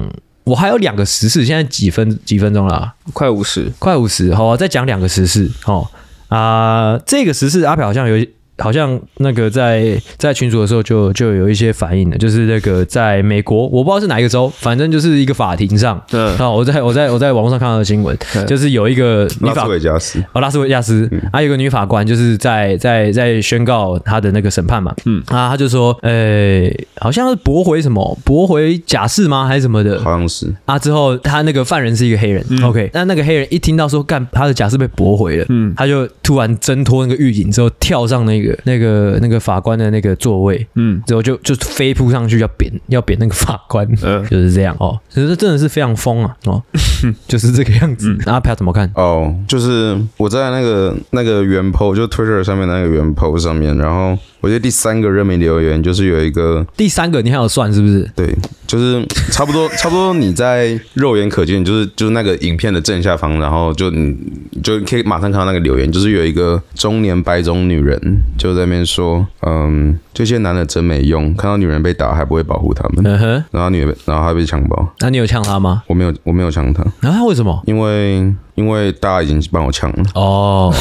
[SPEAKER 1] 我还有两个时事，现在几分几分钟啦？
[SPEAKER 2] 快五十，
[SPEAKER 1] 快五十，好，再讲两个时事，哦啊、这个时事阿朴好像有一。好像那个在在群组的时候就就有一些反应了，就是那个在美国，我不知道是哪一个州，反正就是一个法庭上，
[SPEAKER 2] 嗯
[SPEAKER 1] 啊，我在我在我在网络上看到的新闻，就是有一个女
[SPEAKER 3] 拉
[SPEAKER 1] 法
[SPEAKER 3] 斯维加斯
[SPEAKER 1] 哦，拉斯维加斯，啊，有个女法官就是在在在宣告她的那个审判嘛，嗯，啊，她就说，呃、好像是驳回什么，驳回假释吗，还是什么的，
[SPEAKER 3] 好像是
[SPEAKER 1] 啊，之后他那个犯人是一个黑人、o k 那那个黑人一听到说干他的假释被驳回了，嗯，他就突然挣脱那个狱警之后跳上那个那个那个法官的那个座位，
[SPEAKER 2] 嗯，
[SPEAKER 1] 之后就就飞扑上去要扁要扁那个法官，
[SPEAKER 2] 嗯
[SPEAKER 1] 就是这样哦，其实真的是非常疯啊，哦，就是这个样子，阿飘、怎么看？
[SPEAKER 3] 哦，就是我在那个那个原 po 就 Twitter 上面那个原 po 上面，然后我觉得第三个热门留言就是有一个
[SPEAKER 1] 第三个你还有算是不是？
[SPEAKER 3] 对，就是差不多， 差不多你在肉眼可见，就是就是那个影片的正下方，然后就你你就可以马上看到那个留言，就是有一个中年白种女人就在那边说，嗯，这些男的真没用，看到女人被打还不会保护他们，
[SPEAKER 1] 嗯哼，
[SPEAKER 3] 然后女人然后还被强暴，
[SPEAKER 1] 那你有呛他吗？
[SPEAKER 3] 我没有我没有抢他，
[SPEAKER 1] 然、啊、后为什么？
[SPEAKER 3] 因为因为大家已经帮我抢了，
[SPEAKER 1] 哦，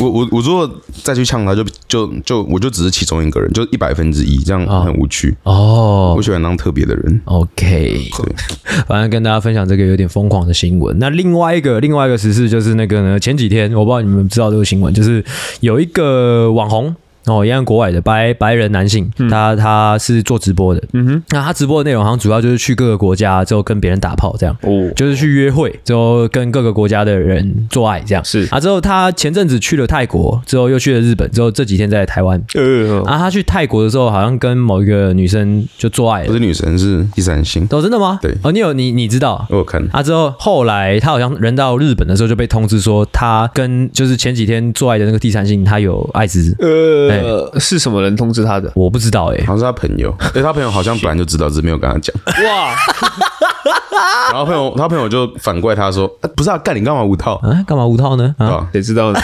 [SPEAKER 3] 我我我如果再去呛他就就就我就只是其中一个人，就一百分之一，这样很无趣，
[SPEAKER 1] 哦
[SPEAKER 3] 我喜欢当特别的人，
[SPEAKER 1] ，OK，
[SPEAKER 3] 对。
[SPEAKER 1] 反正跟大家分享这个有点疯狂的新闻。那另外一个另外一个时事就是那个呢，前几天我不知道你们知道这个新闻，就是有一个网红。哦，一样国外的白白人男性，他他是做直播的，嗯哼，那他直播的内容好像主要就是去各个国家之后跟别人打炮这样，
[SPEAKER 2] 哦，
[SPEAKER 1] 就是去约会，之后跟各个国家的人做爱这样。
[SPEAKER 2] 是
[SPEAKER 1] 啊，之后他前阵子去了泰国，之后又去了日本，之后这几天在台湾。
[SPEAKER 2] 呃，
[SPEAKER 3] 哦
[SPEAKER 1] 啊，他去泰国的时候好像跟某一个女生就做爱
[SPEAKER 3] 不
[SPEAKER 1] 了。
[SPEAKER 3] 是女神，是第三星。
[SPEAKER 1] 哦，真的吗？
[SPEAKER 3] 对
[SPEAKER 1] 哦，你有你你知道
[SPEAKER 3] 我有看，
[SPEAKER 1] 啊？之后后来他好像人到日本的时候就被通知说，他跟就是前几天做爱的那个第三性，他有艾滋。
[SPEAKER 3] 嗯
[SPEAKER 1] 哎
[SPEAKER 2] 呃，是什么人通知他的？
[SPEAKER 1] 我不知道哎、
[SPEAKER 3] 好像是他朋友，因为他朋友好像本来就知道，只是没有跟他讲。
[SPEAKER 2] 哇，
[SPEAKER 3] 然后朋友，他朋友就反怪他说：“啊、不是啊，干你干嘛五套？
[SPEAKER 1] 啊，干嘛无套呢？
[SPEAKER 3] 对
[SPEAKER 1] 啊，
[SPEAKER 3] 吧？
[SPEAKER 2] 谁 知道呢？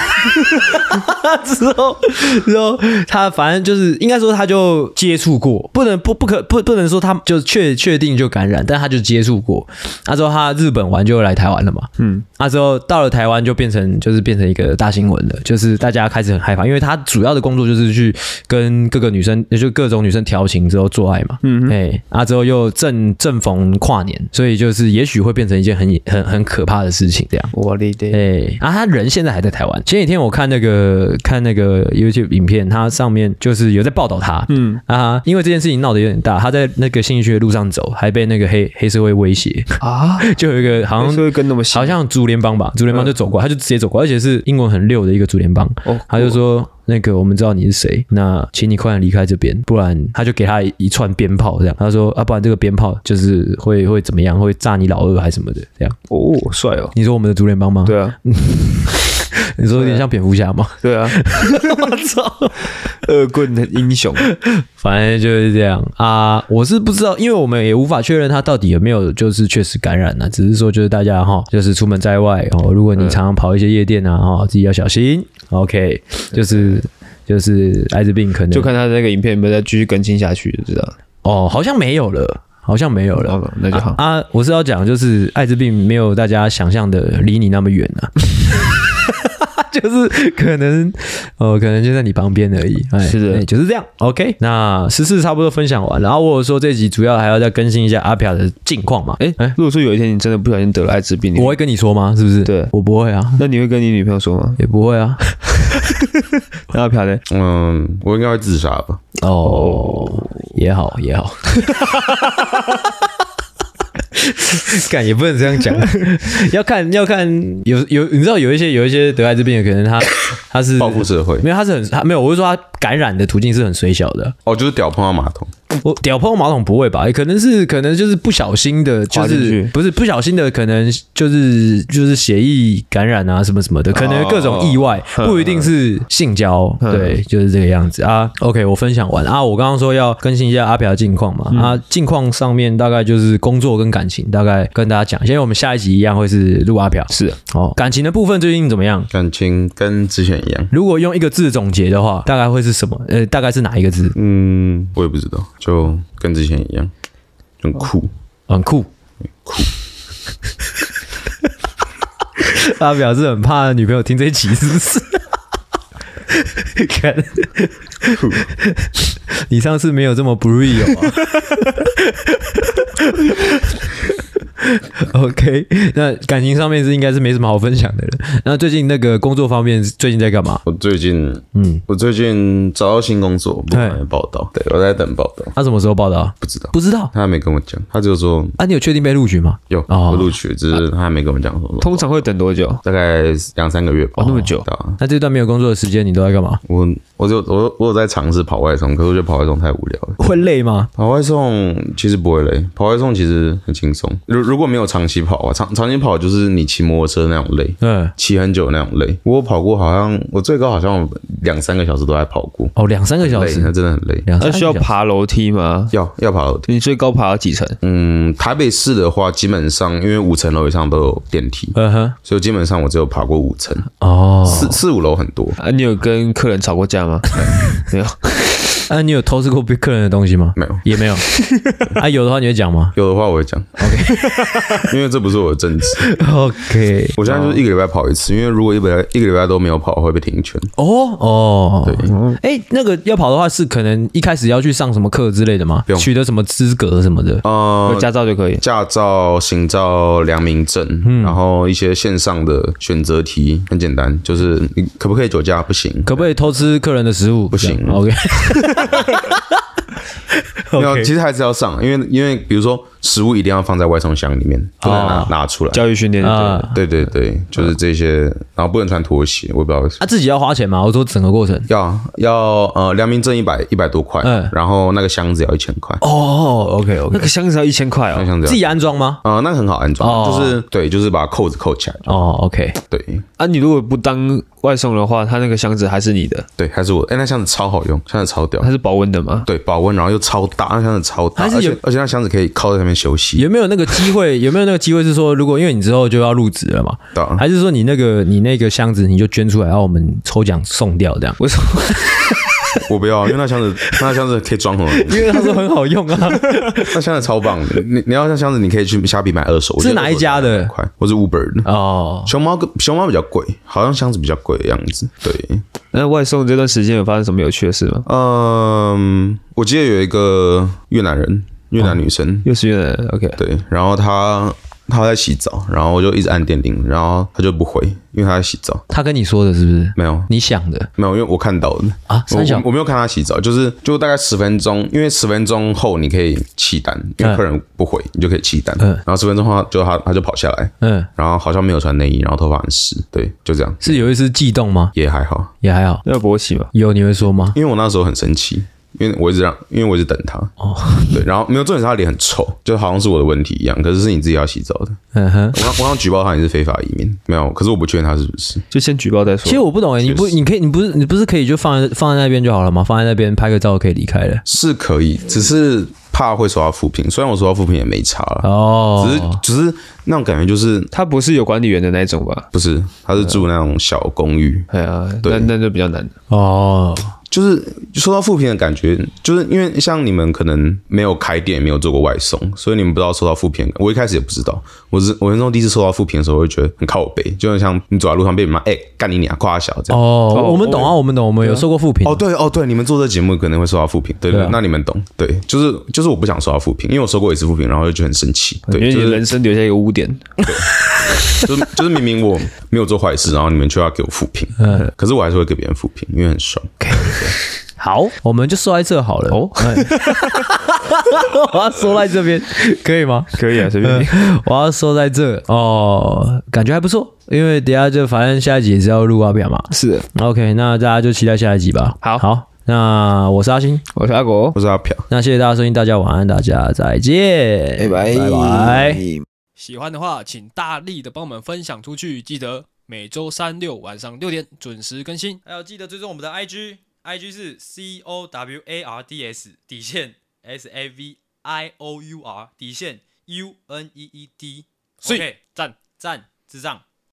[SPEAKER 1] 之后，之后他反正就是应该说他就接触过，不能不不可不不能说他就确确定就感染，但他就接触过。那之后他日本玩就来台湾了嘛，嗯，那之后到了台湾就变成就是变成一个大新闻了，就是大家开始很害怕，因为他主要的工作就是去跟各个女生，也就各种女生调情之后做爱嘛，嗯，哎，啊之后又正正逢跨年，所以就是也许会变成一件很很很可怕的事情这样。
[SPEAKER 2] 我的天，
[SPEAKER 1] 对啊，他人现在还在台湾。前几天我看那个看那个 YouTube 影片，他上面就是有在报道他，嗯啊，因为这件事情闹得有点大，他在那个信义区的路上走，还被那个黑黑社会威胁，
[SPEAKER 2] 啊，
[SPEAKER 1] 就有一个好
[SPEAKER 2] 是
[SPEAKER 1] 像
[SPEAKER 2] 会跟那么
[SPEAKER 1] 好
[SPEAKER 2] 像
[SPEAKER 1] 像竹联帮吧，竹联帮就走过来，他就直接走过来，而且是英文很溜的一个竹联帮，
[SPEAKER 2] 哦
[SPEAKER 1] 他就说。那个，我们知道你是谁，那请你快点离开这边，不然他就给他一一串鞭炮，这样。他说啊，不然这个鞭炮就是会会怎么样，会炸你老二还是什么的，这样。
[SPEAKER 2] 哦，帅哦，
[SPEAKER 1] 你说我们的竹联帮吗？
[SPEAKER 2] 对啊，
[SPEAKER 1] 你说有点像蝙蝠侠吗？
[SPEAKER 2] 对啊，
[SPEAKER 1] 我操！
[SPEAKER 2] 恶棍 英雄，
[SPEAKER 1] 反正就是这样啊，我是不知道，因为我们也无法确认他到底有没有就是确实感染呢、啊只是说就是大家哈，就是出门在外哦，如果你常常跑一些夜店啊，哈，自己要小心。OK，就是就是艾滋病可能
[SPEAKER 2] 就看他那个影片有没有再继续更新下去，就知道了。
[SPEAKER 1] 哦，好像没有了，好像没有了。
[SPEAKER 2] 好，那就好。
[SPEAKER 1] 啊，我是要讲，就是艾滋病没有大家想象的离你那么远啊， 就是可能，哦，可能就在你旁边而已。哎，
[SPEAKER 2] 是的
[SPEAKER 1] 哎就是这样。OK，那十四差不多分享完，然后我有说这集主要还要再更新一下阿飘的近况嘛。哎、
[SPEAKER 2] 哎，如果说有一天你真的不小心得了艾滋病，你
[SPEAKER 1] 我会跟你说吗？是不是？
[SPEAKER 2] 对
[SPEAKER 1] 我不会啊，
[SPEAKER 2] 那你会跟你女朋友说吗？
[SPEAKER 1] 也不会啊。
[SPEAKER 2] 那阿飘呢？
[SPEAKER 3] 嗯，我应该会自杀吧？
[SPEAKER 1] 哦，也好，也好。 干也不能这样讲， 要看要看有有你知道有一些有一些得艾滋病的可能他他是
[SPEAKER 3] 报复社会
[SPEAKER 1] 没有他是很他没有我是说他感染的途径是很水小的，
[SPEAKER 3] 哦，就是屌碰到马桶，
[SPEAKER 1] 我屌碰马桶不会吧？可能是可能就是不小心的，就
[SPEAKER 2] 滑进
[SPEAKER 1] 是
[SPEAKER 2] 去
[SPEAKER 1] 不是不小心的，可能就是就是血液感染啊什么什么的，可能各
[SPEAKER 2] 哦
[SPEAKER 1] 种意外，不一定是性交，对，就是这个样子啊。OK，我分享完啊，我刚刚说要更新一下阿朴的近况
[SPEAKER 2] 嗯
[SPEAKER 1] 嘛，啊，近况上面大概就是工作跟感情，大概跟大家讲，因为我们下一集一样会是录阿朴
[SPEAKER 2] 是啊
[SPEAKER 1] 哦，感情的部分最近怎么样？
[SPEAKER 3] 感情跟之前一样。
[SPEAKER 1] 如果用一个字总结的话，大概会是什么？呃，大概是哪一个字？
[SPEAKER 3] 嗯，我也不知道，就跟之前一样，很酷。
[SPEAKER 1] 很酷，酷。他表示很怕女朋友听这一集，是不 是？看，你上次没有这么 b r e a 啊。OK，那感情上面是应该是没什么好分享的了。那最近那个工作方面，最近在干嘛？
[SPEAKER 3] 我最近，
[SPEAKER 1] 嗯，
[SPEAKER 3] 我最近找到新工作，不
[SPEAKER 1] 对
[SPEAKER 3] 敢报道。对，我在等报道，
[SPEAKER 1] 他、什么时候报道？
[SPEAKER 3] 不知道，
[SPEAKER 1] 不知道
[SPEAKER 3] 他还没跟我讲，他就说
[SPEAKER 1] 啊？你有确定被录取吗？
[SPEAKER 3] 有
[SPEAKER 1] 哦
[SPEAKER 3] 我录取，只是他还没跟我讲说。
[SPEAKER 2] 啊通常会等多久？
[SPEAKER 3] 大概两三个月吧，
[SPEAKER 2] 哦那么久
[SPEAKER 3] 对啊
[SPEAKER 1] 那这段没有工作的时间，你都在干嘛？
[SPEAKER 3] 我我就我我有在尝试跑外送，可是我觉得跑外送太无聊了。
[SPEAKER 1] 会累吗？
[SPEAKER 3] 跑外送其实不会累，跑外送其实很轻松。如如果没有尝长期跑啊，长长期跑就是你骑摩托车那种累，
[SPEAKER 1] 嗯，
[SPEAKER 3] 骑很久那种累。我有跑过，好像我最高好像有两三个小时都在跑过，
[SPEAKER 1] 哦，两三个小
[SPEAKER 3] 累，那
[SPEAKER 1] 时，
[SPEAKER 3] 真的很累。
[SPEAKER 1] 两
[SPEAKER 2] 那
[SPEAKER 1] 三个
[SPEAKER 2] 呃需要
[SPEAKER 1] 小时
[SPEAKER 2] 爬楼梯吗？
[SPEAKER 3] 要要爬楼梯。
[SPEAKER 2] 你最高爬到几层？
[SPEAKER 3] 嗯，台北市的话，基本上因为五层楼以上都有电梯，
[SPEAKER 1] 嗯哼，
[SPEAKER 3] 所以基本上我只有爬过五层，
[SPEAKER 1] 哦，
[SPEAKER 3] 四四五楼很多，
[SPEAKER 2] 啊，你有跟客人吵过架 吗？没有，
[SPEAKER 1] 那啊你有偷吃过别客人的东西 吗？
[SPEAKER 3] 没有。
[SPEAKER 1] 也没有，啊，有的话你会讲吗
[SPEAKER 3] 有的话我会讲，OK，因为这 不是我的政治。
[SPEAKER 1] ？OK，
[SPEAKER 3] 我现在就是一个礼拜跑一次，因为如果一个礼拜一个礼拜都没有跑，会被停权。
[SPEAKER 1] 哦哦，对，哎，那个要跑的话是可能一开始要去上什么课之类的吗？
[SPEAKER 3] 用
[SPEAKER 1] 取得什么资格什么的？
[SPEAKER 3] 呃
[SPEAKER 2] 有，驾照就可以。
[SPEAKER 3] 驾照、行照、良民证，
[SPEAKER 1] 嗯
[SPEAKER 3] 然后一些线上的选择题，很简单，就是你可不可以酒驾？不行。
[SPEAKER 1] 可不可以偷吃客人的食物？不
[SPEAKER 3] 行
[SPEAKER 1] ，OK，
[SPEAKER 3] 没 有，
[SPEAKER 1] OK
[SPEAKER 3] 其实还是要上，因为因为比如说食物一定要放在外送箱里面，不能拿、拿出来。
[SPEAKER 2] 教育训练
[SPEAKER 1] 啊
[SPEAKER 2] 啊，
[SPEAKER 3] 对对对，就是这些，然后不能穿拖鞋，我也不知道为什么。
[SPEAKER 1] 啊，自己要花钱吗？我说整个过程。
[SPEAKER 3] 要要呃，良民证一百一百多块，
[SPEAKER 1] 嗯
[SPEAKER 3] 然后那个箱子要一千块，
[SPEAKER 1] 哦，OK
[SPEAKER 2] 那
[SPEAKER 1] OK，
[SPEAKER 2] 个箱子要一千块
[SPEAKER 3] 那个
[SPEAKER 2] 哦。
[SPEAKER 3] 箱子
[SPEAKER 1] 自
[SPEAKER 3] 要
[SPEAKER 1] 己安装吗？
[SPEAKER 3] 啊、呃，那个很好安装，
[SPEAKER 1] 哦
[SPEAKER 3] 就是对，就是把扣子扣起来，
[SPEAKER 1] 哦，OK，
[SPEAKER 3] 对
[SPEAKER 2] 啊，你如果不当外送的话，他那个箱子还是你的，
[SPEAKER 3] 对，还是我，哎、那箱子超好用，箱子超屌
[SPEAKER 2] 它，是保温的吗？
[SPEAKER 3] 对，保温，然后又超大，那箱子超大，
[SPEAKER 1] 还是
[SPEAKER 3] 而且
[SPEAKER 1] 有
[SPEAKER 3] 而且那箱子可以靠在上面休息，
[SPEAKER 1] 有没有那个机会？ 有没有那个机会是说，如果因为你之后就要入职了嘛，
[SPEAKER 3] 对啊
[SPEAKER 1] 还是说你那个你那个箱子你就捐出来，然后我们抽奖送掉这样？
[SPEAKER 2] 为什么？
[SPEAKER 3] 我不要，因为那箱子那箱子可以装很多东西，
[SPEAKER 1] 因为他说很好用 啊，
[SPEAKER 3] 那箱子超棒的，你你要那箱子，你可以去虾皮买二手，我
[SPEAKER 1] 是
[SPEAKER 3] 觉得
[SPEAKER 1] 哪一家的
[SPEAKER 3] 二手很快，我是 Uber 的，
[SPEAKER 1] 哦，
[SPEAKER 3] 熊猫跟熊猫比较贵，好像箱子比较贵的样子，对，
[SPEAKER 2] 那外送这段时间有发生什么有趣的事吗？
[SPEAKER 3] 嗯，我记得有一个越南人，越
[SPEAKER 1] 哦
[SPEAKER 3] 南女生，
[SPEAKER 2] 又是越南人，OK，
[SPEAKER 3] 对，然后她她在洗澡，然后我就一直按电铃，然后她就不回，因为她在洗澡，
[SPEAKER 1] 他跟你说的是不是？
[SPEAKER 3] 没有。
[SPEAKER 1] 你想的
[SPEAKER 3] 没有，因为我看到的
[SPEAKER 1] 啊？
[SPEAKER 3] 我
[SPEAKER 1] 三小
[SPEAKER 3] 我没有看她洗澡，就是就大概十分钟，因为十分钟后你可以弃单，因
[SPEAKER 1] 嗯
[SPEAKER 3] 为客人不回，你就可以弃单。然后十分钟后就她她就跑下来，
[SPEAKER 1] 嗯，
[SPEAKER 3] 然后好像没有穿内衣，然后头发很湿，对，就这样，
[SPEAKER 1] 是有一丝悸动吗？
[SPEAKER 3] 也还好。
[SPEAKER 1] 也还好，
[SPEAKER 2] 那勃起嘛？
[SPEAKER 1] 有你会说吗？
[SPEAKER 3] 因为我那时候很生气，因为我一直让，因为我一直等他。哦，对，然后没有重点是他脸很臭，就好像是我的问题一样，可是是你自己要洗澡的。
[SPEAKER 1] 嗯哼。
[SPEAKER 3] 我要我想举报他你是非法移民，没有，可是我不确定他是不是。
[SPEAKER 2] 就先举报再
[SPEAKER 1] 其实
[SPEAKER 2] 说。
[SPEAKER 1] 我不懂哎、你不，你可以，你不是，你不是可以就放在放在那边就好了吗？放在那边拍个照可以离开了。
[SPEAKER 3] 是可以，只是怕会收到负评，虽然我收到负评也没差了，
[SPEAKER 1] 哦，
[SPEAKER 3] 只是只是那种感觉就是
[SPEAKER 2] 他不是有管理员的那一种吧？
[SPEAKER 3] 不是，他是住那种小公寓，
[SPEAKER 2] 哎呀，那
[SPEAKER 3] 对
[SPEAKER 2] 那就比较难。
[SPEAKER 1] 哦，
[SPEAKER 3] 就是收到负评的感觉，就是因为像你们可能没有开店，也没有做过外送，所以你们不知道收到负评。我一开始也不知道，我是我人生第一次收到负评的时候，我会觉得很靠背，就很像你走在路上被人骂，哎、干你娘，夸小这样。
[SPEAKER 1] 哦，我们懂啊，我们懂，我们有受过负评
[SPEAKER 3] 哦，对哦，对，你们做这节目可能会收到负评，对对，
[SPEAKER 2] 啊
[SPEAKER 3] 那你们懂，对，就是就是我不想收到负评，因为我收过一次负评，然后就觉得很生气，
[SPEAKER 2] 嗯因
[SPEAKER 3] 对，
[SPEAKER 2] 为
[SPEAKER 3] 就
[SPEAKER 2] 你
[SPEAKER 3] 是
[SPEAKER 2] 人生留下一个污点，
[SPEAKER 3] 就是就是明明我没有做坏事，然后你们却要给我负评，嗯，可是我还是会给别人负评，因为很爽。
[SPEAKER 1] 好，我们就说在这好了。哦， 我要说在这边，可以吗？
[SPEAKER 2] 可以啊，随便你。
[SPEAKER 1] 我要说在这哦，感觉还不错，因为等一下就反正下一集也是要录阿表嘛。
[SPEAKER 2] 是的，
[SPEAKER 1] OK，那大家就期待下一集吧。
[SPEAKER 2] 好
[SPEAKER 1] 好，那我是阿星，
[SPEAKER 2] 我是阿狗，
[SPEAKER 3] 我是阿朴。
[SPEAKER 1] 那谢谢大家收听，大家晚安，大家再见，拜拜。
[SPEAKER 4] 喜欢的话，请大力的帮我们分享出去。记得每周三六晚上六点准时更新。
[SPEAKER 5] 还有记得追踪我们的 IG，IG 是 C O W A R D S 底线 S A V I O U R 底线 U N E E D。
[SPEAKER 4] 所以
[SPEAKER 5] OK，
[SPEAKER 4] 赞。
[SPEAKER 5] 赞，智障。